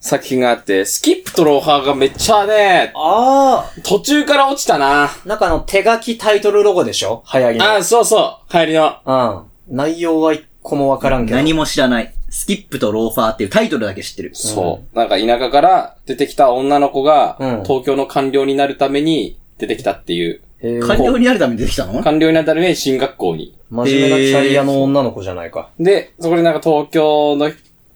Speaker 3: 作品があって、スキップとローハーがめっちゃね、
Speaker 2: あ
Speaker 3: 途中から落ちたな。
Speaker 2: ー、なんかあの手書きタイトルロゴでしょ流行り
Speaker 3: あー、そうそう、帰りの。
Speaker 2: の。うん。内容は一個も分からんけど。
Speaker 1: 何も知らない。スキップとローファーっていうタイトルだけ知ってる。
Speaker 3: そう。なんか田舎から出てきた女の子が、
Speaker 2: うん
Speaker 3: 東京の官僚になるために出てきたっていう。
Speaker 2: へー
Speaker 1: 官僚になるために出てきたの
Speaker 3: 官僚になるために進学校に。
Speaker 2: 真面目なキャリアの女の子じゃないか。
Speaker 3: で、そこでなんか東京の、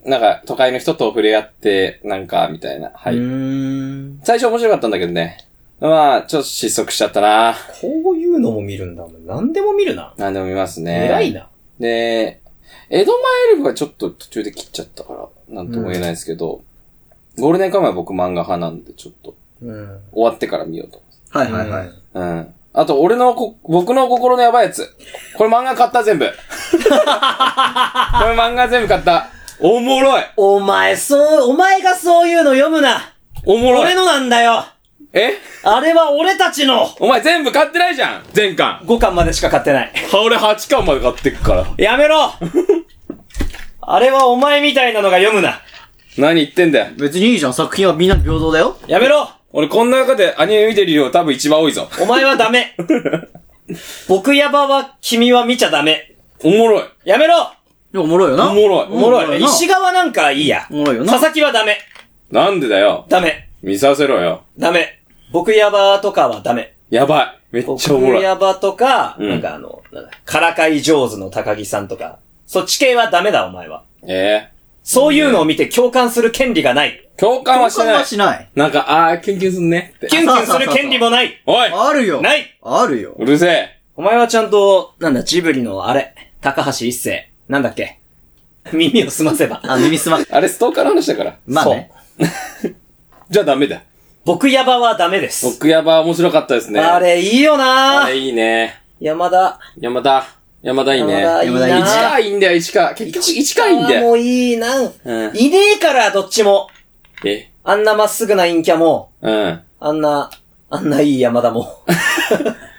Speaker 3: なんか都会の人と触れ合って、なんか、みたいな。は
Speaker 2: う
Speaker 3: い。
Speaker 2: ーん。
Speaker 3: 最初面白かったんだけどね。まあ、ちょっと失速しちゃったな。
Speaker 2: こういうのも見るんだもん。何でも見るな。
Speaker 3: なんでも見ますね。
Speaker 2: 偉いな。
Speaker 3: で、江戸前エルフはちょっと途中で切っちゃったから、なんとも言えないですけど、ゴールデンカムイは僕漫画派なんで、ちょっと
Speaker 2: うん。
Speaker 3: 終わってから見ようと思い
Speaker 1: はいはいはい。
Speaker 3: ます。うん。あと、俺のこ、僕の心のやばいやつ。これ漫画買った 全部。これ漫画全部買った。おもろい
Speaker 2: お前、そう、お前がそういうの読むな
Speaker 3: おもろ
Speaker 2: 俺
Speaker 3: い
Speaker 2: のなんだよ
Speaker 3: え
Speaker 2: あれは俺たちの
Speaker 3: お前全部買ってないじゃん全巻。
Speaker 2: !5 巻までしか買ってない。
Speaker 3: は、俺8巻まで買ってくから。
Speaker 2: やめろあれはお前みたいなのが読むな
Speaker 3: 何言ってんだよ。
Speaker 1: 別にいいじゃん。作品はみんな平等だよ。
Speaker 2: やめろ
Speaker 3: 俺こんな中でアニメ見てる量多分一番多いぞ。
Speaker 2: お前は ダメ僕やばは、君は見ちゃダメ
Speaker 3: おもろい。
Speaker 2: やめろ
Speaker 1: いやおもろいよな。
Speaker 3: おもろい
Speaker 1: うん
Speaker 2: おもろい。
Speaker 1: な
Speaker 2: 石川なんかいいや。
Speaker 1: おもろいよな
Speaker 2: 佐々木はダメ
Speaker 3: なんでだよ。
Speaker 2: ダメ
Speaker 3: 見させろよ。
Speaker 2: ダメ僕やばとかはダメ
Speaker 3: やばい。めっ
Speaker 2: 僕
Speaker 3: ちゃおもろい。
Speaker 2: やばとか、
Speaker 3: うん
Speaker 2: なんかあの、なんだからかい上手の高木さんとか、そっち系はダメだお前は。
Speaker 3: ええ
Speaker 2: そういうのを見て共感する権利がない。
Speaker 3: 共感はし
Speaker 1: 共感
Speaker 3: な。
Speaker 1: はいしない。
Speaker 3: なんか、あー、キュンキュンすんねって。
Speaker 2: キュンキュンする権利もない。
Speaker 3: おい
Speaker 1: あるよ。
Speaker 2: ない
Speaker 1: あるよ。
Speaker 3: うるせえ
Speaker 2: お前はちゃんと、なんだ、ジブリのあれ、高橋一生、なんだっけ。耳を澄ませ ば。
Speaker 1: あ、耳すま。
Speaker 3: あれ、ストーカーの話だから。
Speaker 1: まあね。
Speaker 3: じゃあダメだ。
Speaker 2: 僕ヤバはダメです。
Speaker 3: 僕やば面白かったですね。
Speaker 2: あれいいよ
Speaker 3: あ
Speaker 2: な
Speaker 3: れいいね。
Speaker 2: 山田。
Speaker 3: 山田。山田いいね。
Speaker 2: 山田いい
Speaker 1: 山田いい
Speaker 3: 市
Speaker 1: ね
Speaker 2: な
Speaker 3: 川いいんだよ、市川。結局、市川いいんだ
Speaker 2: も
Speaker 3: よ。
Speaker 2: ういいな。
Speaker 3: うん。
Speaker 2: いねえから、どっちも。
Speaker 3: え
Speaker 2: あんなまっすぐな陰キャも、
Speaker 3: うん。
Speaker 2: あんな、あんないい山田も。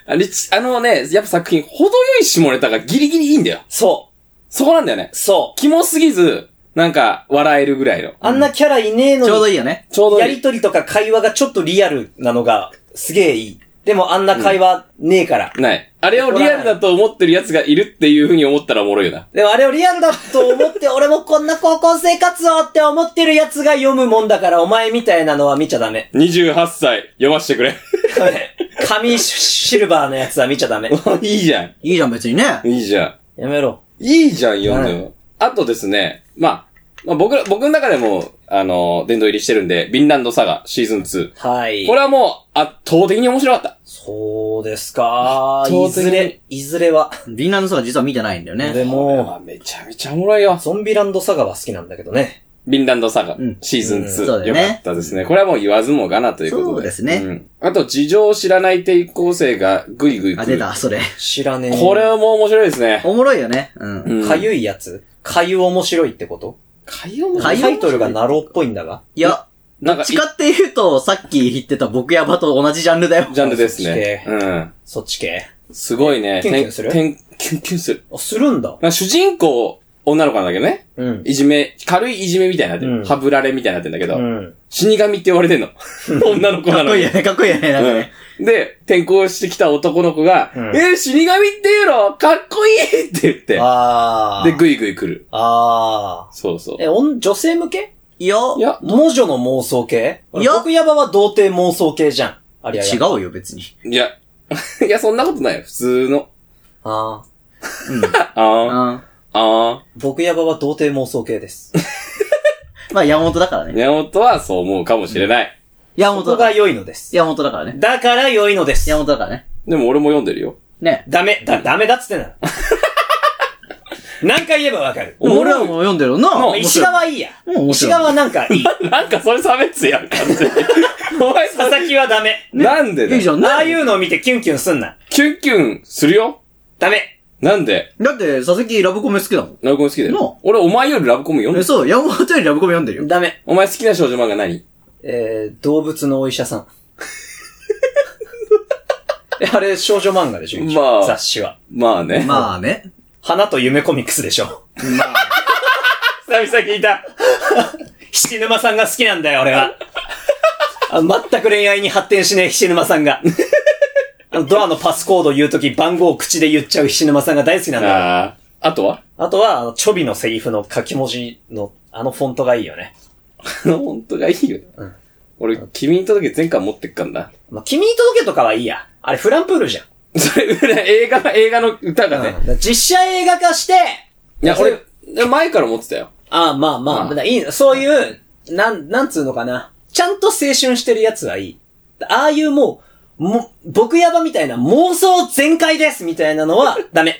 Speaker 3: あれ、ちあのね、やっぱ作品、程よい下ネタがギリギリいいんだよ。
Speaker 2: そ
Speaker 3: そこなんだよね
Speaker 2: う。。そ
Speaker 3: キモすぎず、なんか、笑えるぐらいの
Speaker 2: う。。あんなキャラ いねえの
Speaker 1: ち
Speaker 2: に、
Speaker 1: ょうどいいよね。
Speaker 3: ちょうど
Speaker 2: や
Speaker 3: い
Speaker 2: り
Speaker 3: い。
Speaker 2: とりとか会話がちょっとリアルなのが、すげえいい。でもあんな会話ねえから。
Speaker 3: ない。あれをリアルだと思ってる奴がいるっていう風に思ったらおもろいよな。
Speaker 2: でもあれをリアルだと思って、俺もこんな高校生活をって思ってるやつが読むもんだから、お前みたいなのは見ちゃダメ。
Speaker 3: 28歳、読ませてくれ。
Speaker 2: ダメ紙シルバーのやつは見ちゃ ダメ。
Speaker 3: いいじゃん。
Speaker 1: いいじゃん、別にね。
Speaker 3: いいじゃ
Speaker 2: やめろ。
Speaker 3: ん。いいじゃん、読んで
Speaker 2: は
Speaker 3: も。あとですね、まあ、まあ、僕ら、僕の中でも、あの、殿堂入りしてるんで、ビンランドサガ、シーズン2。
Speaker 2: はい。
Speaker 3: これはもう、圧倒的に面白かった。
Speaker 2: そうですか。
Speaker 3: 圧倒
Speaker 2: い
Speaker 3: 的に
Speaker 2: ずれ、いずれは。
Speaker 1: ビンランドサガ実は見てないんだよね。
Speaker 2: で
Speaker 3: ま
Speaker 2: も、
Speaker 3: あ、めちゃめちゃおもろいよ。
Speaker 2: ゾンビランドサガは好きなんだけどね。
Speaker 3: ビンランドサガ、
Speaker 1: うん
Speaker 3: シーズン2、
Speaker 2: うん
Speaker 1: そうだ
Speaker 3: よ
Speaker 1: よね
Speaker 3: かったですね。これはもう言わずもがなということで。
Speaker 1: そうですね
Speaker 3: んあと、事情を知らない抵抗生がぐいぐい来
Speaker 1: あ、
Speaker 3: る。
Speaker 1: 出た、それ。
Speaker 2: 知らねえ。
Speaker 3: これはもう面白いですね。
Speaker 1: おもろいよね。うん。
Speaker 3: うん
Speaker 2: かゆいやつかゆ面白いってこと
Speaker 3: かゆも
Speaker 2: タ
Speaker 1: かゆ
Speaker 2: イトルがナロっぽいんだが。
Speaker 1: いや、
Speaker 3: なんか、
Speaker 1: 地下って言うと、さっき言ってた僕やばと同じジャンルだ よ。
Speaker 3: ジャンルですね。
Speaker 2: そ
Speaker 3: うん。
Speaker 2: そっち系。
Speaker 3: すごいね。
Speaker 2: キュンキュンする
Speaker 3: てんてんキュンキュンする。
Speaker 2: あ、するんだ。
Speaker 3: なんか主人公、女の子なんだけどね。
Speaker 2: うん。
Speaker 3: いじめ、軽いいじめみたいになってる。
Speaker 2: うん
Speaker 3: はぶられみたいになってんだけど、
Speaker 2: うん。
Speaker 3: 死神って言われてんの。女の子
Speaker 1: か
Speaker 3: な
Speaker 1: っ
Speaker 3: の
Speaker 1: こいい
Speaker 3: に
Speaker 1: よ。ね、かっこいいよね。なんかね
Speaker 3: うん、で、転校してきた男の子が、
Speaker 2: うん
Speaker 3: えー死神って言うのかっこいいって言って、
Speaker 2: あー。
Speaker 3: で、ぐいぐい来る。
Speaker 2: あ
Speaker 3: そうそう
Speaker 2: ー。。え、おん女性向け
Speaker 1: いや、
Speaker 3: いや、
Speaker 2: 魔女の妄想系
Speaker 1: いや
Speaker 2: 僕ヤバは童貞妄想系じゃん。ありゃりゃ
Speaker 1: 違うよ、別に。
Speaker 3: いや、 いや、そんなことないよ。普通の。
Speaker 2: あー。
Speaker 1: うん。
Speaker 3: あー、
Speaker 1: うん
Speaker 3: あ
Speaker 2: 僕ヤバは童貞妄想系です。
Speaker 1: まあ、山本だから
Speaker 3: ー。
Speaker 1: ね。
Speaker 3: 宮本はそう思うかもしれない。
Speaker 1: 山
Speaker 2: こ
Speaker 1: 本だ
Speaker 2: こ
Speaker 1: か
Speaker 2: が
Speaker 1: ら。
Speaker 2: 良いのです。
Speaker 1: 山本だからね。
Speaker 2: だから良いのです。
Speaker 1: 山本だからね。
Speaker 3: でも俺も読んでるよ。
Speaker 1: ね。
Speaker 2: ダメ、だ、ダメだっつってんだ。 何回言えばわかる。
Speaker 1: でも俺らも読んでるよな。
Speaker 3: もう
Speaker 1: 面
Speaker 2: 石
Speaker 1: 白い
Speaker 2: 川いいや。
Speaker 1: うん 面白
Speaker 2: 石
Speaker 1: い
Speaker 2: 川なんかいい。
Speaker 3: なんかそれ差別やん、完全に。 お前
Speaker 2: 佐
Speaker 3: さ、
Speaker 2: 々木はダメ。
Speaker 3: なんでだ
Speaker 1: いいじ
Speaker 3: よ
Speaker 1: ゃん。。
Speaker 2: ああいううのを見てキュンキュンすんな。
Speaker 3: キュンキュンするよ
Speaker 2: ダメ。
Speaker 3: なんで
Speaker 1: だって、佐々木ラブコメ好きだもん。
Speaker 3: ラブコメ好きだ
Speaker 1: なあ
Speaker 3: よ。俺お前よりラブコメ
Speaker 1: え
Speaker 3: 読んで
Speaker 1: そう、山本よりラブコメ読んでるよ。
Speaker 2: ダメ。
Speaker 3: お前好きな少女漫画何
Speaker 2: えー、動物のお医者さん。えあれ、少女漫画でしょ、一応
Speaker 3: まあ
Speaker 2: 雑誌は。
Speaker 3: まあね。
Speaker 1: まあね。
Speaker 2: 花と夢コミックスでしょ。
Speaker 1: まあ、
Speaker 2: 久々聞いた。七沼さんが好きなんだよ、俺は。あ全く恋愛に発展しねえ七沼さんが。あのドアのパスコード言うとき番号を口で言っちゃう七沼さんが大好きなんだよ。
Speaker 3: ああ。あとは
Speaker 2: あとは、あの、ちょびのセリフの書き文字の、あのフォントがいいよね。
Speaker 3: あの、本当がいいよ。
Speaker 2: うん
Speaker 3: 俺、君に届け前回持ってっかんな。
Speaker 2: まあ、君に届けとかはいいや。あれ、フランプールじゃん。
Speaker 3: それ、 映画、映画の歌がね。
Speaker 2: うん実写映画化して、
Speaker 3: いや、
Speaker 2: それ
Speaker 3: 俺、前から持ってたよ。
Speaker 2: ああ、まあまあ、
Speaker 3: うん
Speaker 2: だいいの、そういう、なん、なんつうのかな。ちゃんと青春してるやつはいい。ああいうもう、も、僕やばみたいな妄想全開ですみたいなのは、 ダメ。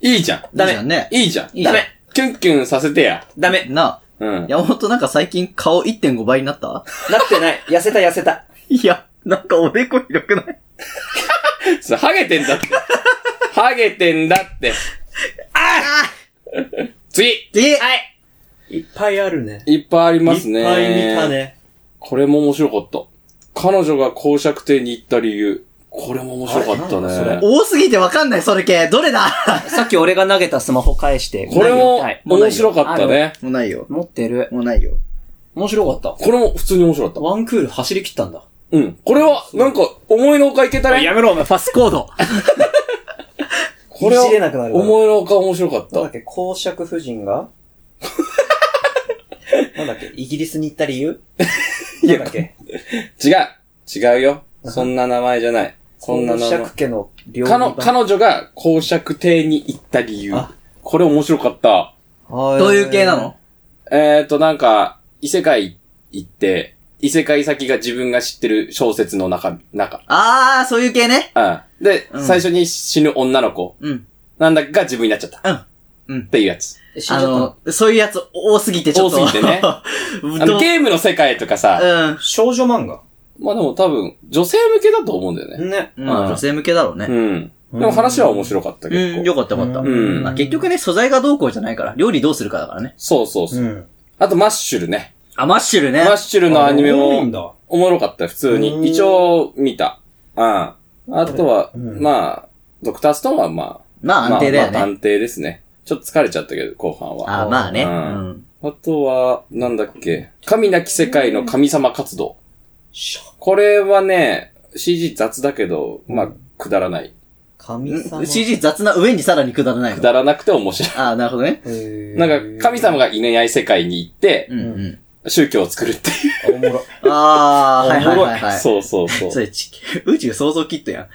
Speaker 3: いいじゃん。
Speaker 2: ダ
Speaker 1: いいじゃん
Speaker 2: メ。
Speaker 1: ね。
Speaker 3: いいじゃん。
Speaker 1: いいじゃ
Speaker 2: ダ
Speaker 1: ん
Speaker 2: メ。
Speaker 3: キュンキュンさせてや。
Speaker 2: ダメ。
Speaker 1: なあ。
Speaker 3: うん。
Speaker 1: 山本なんか最近顔1.5倍になった
Speaker 2: なってない。痩せた痩せた。
Speaker 1: いや、なんかおでこ広くない
Speaker 3: それハゲてんだって。 ハゲてんだって。
Speaker 1: あ
Speaker 3: 次
Speaker 1: え
Speaker 2: はい。いっぱいあるね。
Speaker 3: いっぱいありますね。
Speaker 2: いっぱい見たね。
Speaker 3: これも面白かった。彼女が公爵邸に行った理由。これも面白かった
Speaker 2: あれなん
Speaker 3: ね。
Speaker 1: 多すぎてわかんない、それ系。どれだ
Speaker 2: さっき俺が投げたスマホ返して。
Speaker 3: これも
Speaker 2: はい
Speaker 3: 面白かったね。
Speaker 1: もうないよ。
Speaker 2: 持ってる。
Speaker 1: もうないよ。
Speaker 2: 面白かっ
Speaker 3: これも普通に面白か
Speaker 2: た。
Speaker 3: っ
Speaker 2: ワンクール走り切ったんだ。
Speaker 3: た。うん。これは、なんか、思いのほかいけたね。
Speaker 2: めろ、お前、ファスコード。
Speaker 3: これ
Speaker 2: いじれなくな
Speaker 3: は、
Speaker 2: るから
Speaker 3: 思いのほか面白かっ。
Speaker 2: なんだったけ、公爵夫人 がなんだっけ、イギリスに行った理由なんだっけ、
Speaker 3: 違う。違うよ。そんな名前じゃない。そんな
Speaker 2: 公
Speaker 3: 名前
Speaker 2: 爵。家の料理
Speaker 3: 彼
Speaker 2: 番
Speaker 3: 女彼女が公爵邸に行った理由
Speaker 2: あ。
Speaker 3: これ面白かった。
Speaker 1: どういう系なの
Speaker 3: えーと、なんか、異世界行って、異世界先が自分が知ってる小説の中、中。
Speaker 1: あー、そういう系ね。
Speaker 3: うん。で、
Speaker 1: うん
Speaker 3: 最初に死ぬ女の子。
Speaker 1: うん。
Speaker 3: なんだか自分になっちゃった。
Speaker 1: うんうん
Speaker 3: っていうやつ。
Speaker 2: え死ん
Speaker 1: あ
Speaker 2: じゃったの
Speaker 1: の、そういうやつ多すぎてちょっと。
Speaker 3: 多すぎ てねあ
Speaker 1: ど
Speaker 3: の、ゲームの世界とかさ。
Speaker 1: う
Speaker 2: 少女漫画。
Speaker 3: まあでも多分、女性向けだと思うんだよね。
Speaker 2: ね。
Speaker 1: ん。まあ、女性向けだろうね。
Speaker 3: うん。でも話は面白かった、
Speaker 1: う
Speaker 3: 結
Speaker 1: ん、
Speaker 3: 構。
Speaker 1: よかったよかった。
Speaker 3: うん
Speaker 1: まあ、結局ね、素材がどうこうじゃないから。料理どうするかだからね。
Speaker 3: そうそうそう。
Speaker 2: うん。
Speaker 3: あと、マッシュルね。
Speaker 1: あ、マッシュルね。
Speaker 3: マッシュルのアニメ
Speaker 2: 多いん
Speaker 3: も、
Speaker 2: だ。
Speaker 3: おもろかった、普通
Speaker 2: うん
Speaker 3: に。一応、見た。うん。あとは、
Speaker 2: うん
Speaker 3: まあ、ドクターストーンはま
Speaker 1: ま
Speaker 3: あ、
Speaker 1: あ安定だよ
Speaker 3: まあ、まあ
Speaker 1: ね。
Speaker 3: 安定ですね。ちょっと疲れちゃったけど、後半は。
Speaker 1: あ、まあね。う
Speaker 3: うん
Speaker 1: ん。
Speaker 3: あとは、なんだっけ。神なき世界の神様活動。
Speaker 2: しょ
Speaker 3: これはね、CG 雑だけど、まあ、くだらない。
Speaker 2: 神様。
Speaker 1: CG 雑な上にさらにくだらない
Speaker 3: く
Speaker 1: の。
Speaker 3: だらなくて面白い。
Speaker 1: あ、なるほどね。
Speaker 2: へー
Speaker 3: なんか、神様。がいない世界に行って
Speaker 1: う、んうん。
Speaker 3: 宗教を作るっていう。
Speaker 2: あおもろ。
Speaker 1: あ ー、はいはいはいはい。
Speaker 3: そうそうそう
Speaker 1: そ。れ地球宇宙創造キットやん。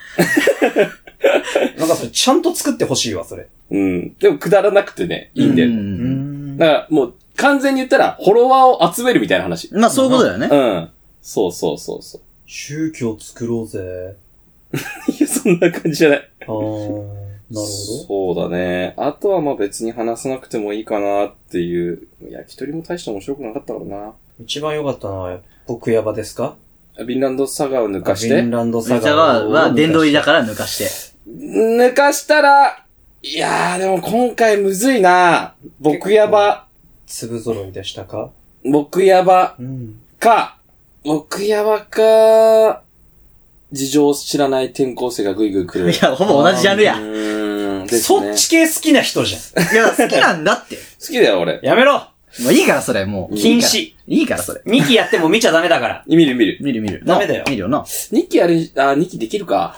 Speaker 2: なんかそれ、ちゃんと作ってほしいわ、それ。
Speaker 3: うん。でも、くだらなくてね、いいんだよ。
Speaker 2: う
Speaker 1: ね。
Speaker 2: ん
Speaker 3: だから、もう、完全に言ったら、フォロワーを集めるみたいな話。
Speaker 1: まあそういうことだよね
Speaker 3: う。ん。そうそうそうそう。
Speaker 2: 宗教作ろうぜ。
Speaker 3: いや、そんな感じじゃない。
Speaker 2: あー、なるほど。
Speaker 3: そうだね。あとはまあ別に話さなくてもいいかなっていう。焼き鳥も大して面白くなかったからな。
Speaker 2: 一番良かったのは、僕やばですか
Speaker 3: ヴィンランドサガを抜かし
Speaker 2: フィ
Speaker 3: て
Speaker 2: ン。ランド
Speaker 1: そ
Speaker 2: サ
Speaker 1: ちら
Speaker 2: ガ
Speaker 1: は、は殿堂入りだ
Speaker 2: か
Speaker 1: から抜かして。
Speaker 3: 抜かしたら、いやーでも今回むずいな僕やば、
Speaker 2: 粒揃いでしたか
Speaker 3: 僕やば
Speaker 2: うん。
Speaker 3: か、僕やばか、事情を知らない転校生がぐいぐい来る。
Speaker 1: いや、ほぼ同じジャンル
Speaker 3: う
Speaker 1: や。い
Speaker 3: ーん、です
Speaker 2: そ
Speaker 3: ね
Speaker 2: っ。ち系好きな人じゃん。
Speaker 1: や、好きなんだ って。
Speaker 3: 好きだよ俺。
Speaker 2: やめろ
Speaker 1: もういいから、それ、もう。
Speaker 2: 禁止。
Speaker 1: いいから、それ。
Speaker 2: !2 期やっても見ちゃダメだから。
Speaker 3: 見る見る。
Speaker 1: 見る見る。
Speaker 2: ダメだよ
Speaker 1: な見るよな。
Speaker 3: 2期あれ、あ、2期できるか。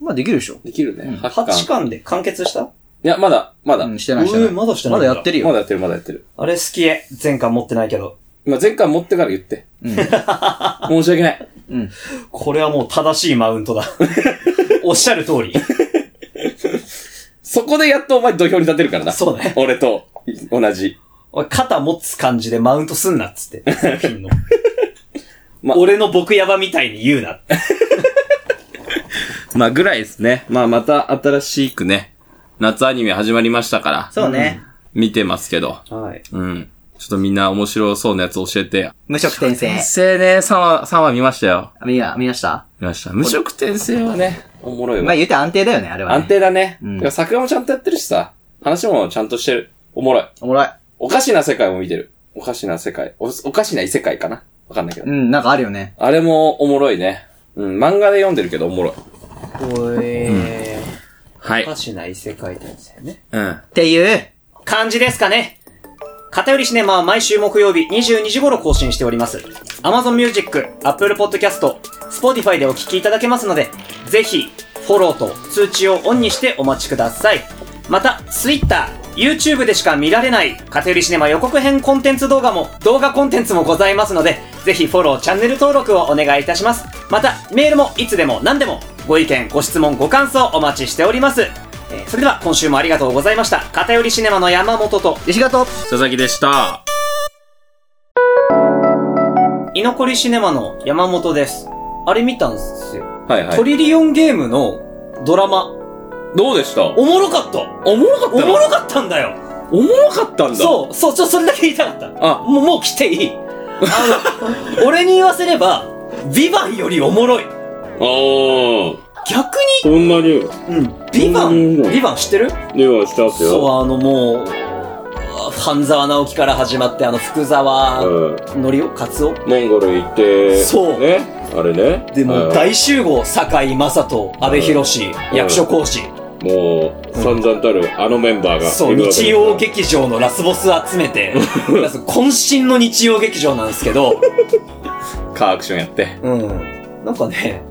Speaker 1: まあできるでしょ。
Speaker 3: できるね。
Speaker 1: うん
Speaker 3: 八巻
Speaker 2: 8巻で完結した
Speaker 3: いや、まだ、まだ。
Speaker 1: うん、してないしてな
Speaker 2: う
Speaker 1: い。
Speaker 2: んまだしてな
Speaker 1: ま
Speaker 2: いん
Speaker 1: だ
Speaker 2: だ
Speaker 1: やってる
Speaker 3: ま
Speaker 1: よ。
Speaker 3: だやってる、まだやってる。
Speaker 2: あれ好きえ。前巻持ってないけど。
Speaker 3: まあ、前回持ってから言って。
Speaker 1: うん。
Speaker 3: 申し訳ない。
Speaker 1: うん。
Speaker 2: これはもう正しいマウン トだ。おっしゃる通り。
Speaker 3: そこでやっとお前土俵に立てるからな。
Speaker 2: そうね。
Speaker 3: 俺と、同じ。
Speaker 2: おい肩持つ感じでマウントすんなっつって。作品の。
Speaker 3: ま
Speaker 2: 俺の僕ヤバみたいに言うな。
Speaker 3: まあ、ぐらいですね。まあ、また新しくね、夏アニメ始まりましたから、
Speaker 1: そうね。
Speaker 3: 見てますけど。
Speaker 2: はい。
Speaker 3: うん。ちょっとみんな面白そうなやつ教えてや。
Speaker 1: 無色転生。
Speaker 3: 生ね、3話、3話見ましたよ。
Speaker 1: 見や、見ました
Speaker 3: 見ました。無職転生はね、おもろい
Speaker 1: まあ
Speaker 3: わ。
Speaker 1: 言うて安定だよね、あれはね。
Speaker 3: 安。定だね。
Speaker 1: うん
Speaker 3: てか作画もちゃんとやってるしさ、話もちゃんとしてる。おもろい。
Speaker 1: おもろい。
Speaker 3: おかしな世界も見てる。おかしな世界。お、おかしな異世界かなわかんないけど
Speaker 1: う。ん、なんかあるよね。
Speaker 3: あれもおもろいね。うん、漫画で読んでるけどおもろい。
Speaker 2: おえ
Speaker 3: は
Speaker 2: ー。おか。しな異世界転生ね。
Speaker 3: うん。
Speaker 1: っていう、
Speaker 2: 感じですかね。偏りシネマは毎週木曜日22時頃更新しております。Amazon Music、Apple Podcast、Spotify でお聴きいただけますので、ぜひ、フォローと通知をオンにしてお待ちください。また、Twitter、YouTube でしか見られない偏りシネマ予告編コンテンツ動画も、動画コンテンツもございますので、ぜひフォロー、チャンネル登録をお願いいたします。また、メールもいつでも何でも、ご意見、ご質問、ご感想お待ちしております。えーそれでは今週もありがとうございました。偏りシネマの山本と、
Speaker 1: 吉川と、
Speaker 3: 佐々木でした。
Speaker 2: 居残りシネマの山本です。あれ見たんすよ。
Speaker 3: はいは
Speaker 2: ト
Speaker 3: い。
Speaker 2: リリオンゲームのドラマ、
Speaker 3: どうでしたお
Speaker 2: おもろかった
Speaker 3: もろかった
Speaker 2: お
Speaker 3: の
Speaker 2: もろかったんだよ
Speaker 3: おもろかったんだ。
Speaker 2: そう、そう、ちょ、それだけ言いたかった。
Speaker 3: あ
Speaker 2: もう、もう来ていい。あの、俺に言わせれば、ビバンよりおもろい。
Speaker 3: ああ。
Speaker 2: 逆
Speaker 3: そんなに、
Speaker 2: に、うん、ビバン、ビバン知ってる
Speaker 3: ではしたっす
Speaker 2: そう
Speaker 3: よ。、
Speaker 2: あのもう、半沢直樹から始まって、あの、福沢
Speaker 3: うん。
Speaker 2: のりお、かつお。
Speaker 3: モンゴル行って、
Speaker 2: そう
Speaker 3: ね。あれね。
Speaker 2: でも、
Speaker 3: はい
Speaker 2: 大集合、堺井雅人、安倍博士、
Speaker 3: ん
Speaker 2: 役所講師。
Speaker 3: もう、散々たるあのメンバーが。
Speaker 2: そう、
Speaker 3: いるわけです
Speaker 2: 日曜劇場のラスボス集め て、渾身の日曜劇場なんですけど、
Speaker 3: カーアクションやって。
Speaker 2: うん。なんかね、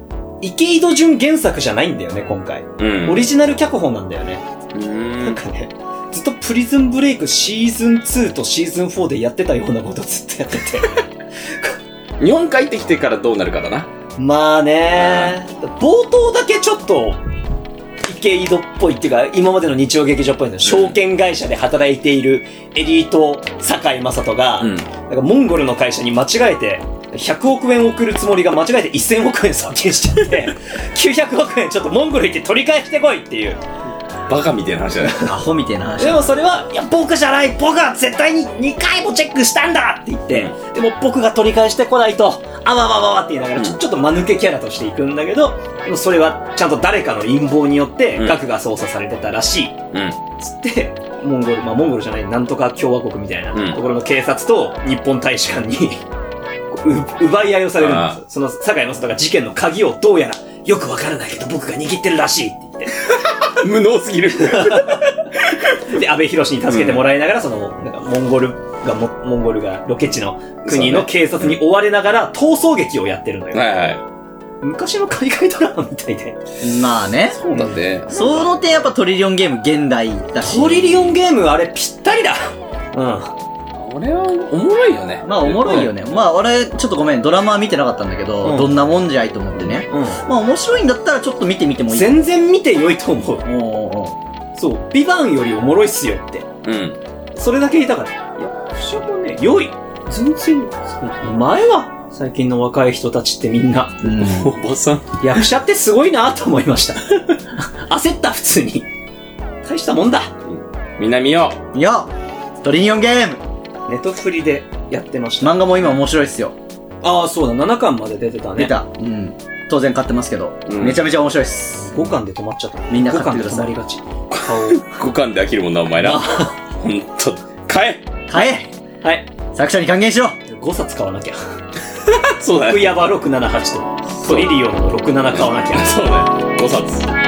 Speaker 2: 池井戸潤原作じゃないんだよね、今回。
Speaker 3: うん
Speaker 2: オリジナル脚本なんだよね。
Speaker 3: うん
Speaker 2: なんかね、ずっとプリズンブレイクシーズン2とシーズン4でやってたようなことずっとやってて。
Speaker 3: 日本帰ってきてからどうなるかだな。
Speaker 2: まあね、冒頭だけちょっと、池井戸っぽいっていうか、今までの日曜劇場っぽいの、証券会社で働いているエリート、堺雅人が、
Speaker 3: うん。
Speaker 2: なんかモンゴルの会社に間違えて、100億円送るつもりが間違えて1000億円送金しちゃ って、900億円ちょっとモンゴル行って取り返してこいっていう。
Speaker 3: バカみたいな話だね。
Speaker 1: アホみたいな話
Speaker 2: で。もそれは、いや、僕じゃない僕は絶対に2回もチェックしたんだって言って、でも僕が取り返してこないと、あわわわわって言いながらちょ、
Speaker 3: うん
Speaker 2: ちょっと間抜けキャラとしていくんだけど、でもそれはちゃんと誰かの陰謀によって
Speaker 3: うん
Speaker 2: 額が操作されてたらしい。
Speaker 3: うん。
Speaker 2: つって、モンゴル、まあモンゴルじゃない、なんとか共和国みたいな
Speaker 3: うん
Speaker 2: ところの警察と日本大使館にこう、う奪い合いをされるんですよ。その、堺雅人が事件の鍵をどうやら、よくわからないけど僕が握ってるらしいって言っ
Speaker 3: 無能すぎ る。
Speaker 2: て。で、安倍博士に助けてもらいながら、その、なんか、モンゴルがも、モンゴルがロケ地の国
Speaker 3: そう
Speaker 2: の
Speaker 3: ね
Speaker 2: 警察に追われながら、逃走劇をやってるのよ。
Speaker 3: はいは
Speaker 2: 昔の海外ドラマみたいで。
Speaker 1: まあね。
Speaker 3: い。だって、
Speaker 1: その点やっぱトリリオンゲーム現代だし。
Speaker 2: トリリオンゲームあれぴったりだうん。
Speaker 3: 俺はおもろいよね。
Speaker 1: まあおもろいよね。まあ俺、ちょっとごめん、ドラマは見てなかったんだけど、
Speaker 2: うん
Speaker 1: どんなもんじゃいと思ってね。
Speaker 2: う
Speaker 1: まあ面白いんだったらちょっと見てみてもいい。
Speaker 2: 全然見て良いと思う。
Speaker 1: おうおうおう
Speaker 2: そう、ビバンよりおもろいっすよって。
Speaker 3: うん。
Speaker 2: それだけ言いたかった。いや、不者もね、良い。全然、そう前は、最近の若い人たちってみんな、
Speaker 1: うん。
Speaker 3: おばさん。
Speaker 2: 役者ってすごいなと思いま した。焦った、普通に。大したもんだ。
Speaker 3: みんな見よ
Speaker 1: いや、トリリオンゲーム
Speaker 2: ネトフリでやってました。
Speaker 1: 漫画も今面白いっすよ。
Speaker 2: ああ、そうだ、7巻まで出てたね。
Speaker 1: 出。た。うん。当然買ってますけど、
Speaker 3: うん
Speaker 1: めちゃめちゃ面白いっす。
Speaker 2: 5巻で止まっちゃった。
Speaker 1: みんな買ってください
Speaker 2: 5巻で止まりが
Speaker 3: う。
Speaker 2: ち。
Speaker 3: 五巻で飽きるもんな、お前ら。ほんと。買え
Speaker 1: 買え
Speaker 2: 顔。はい。
Speaker 1: 作者に還元しろ
Speaker 2: 5冊買わなきゃ。
Speaker 3: そうだ
Speaker 2: 福
Speaker 3: ね。
Speaker 2: 山678と、トリリオンの67買わなきゃ。
Speaker 3: そうだね。5冊。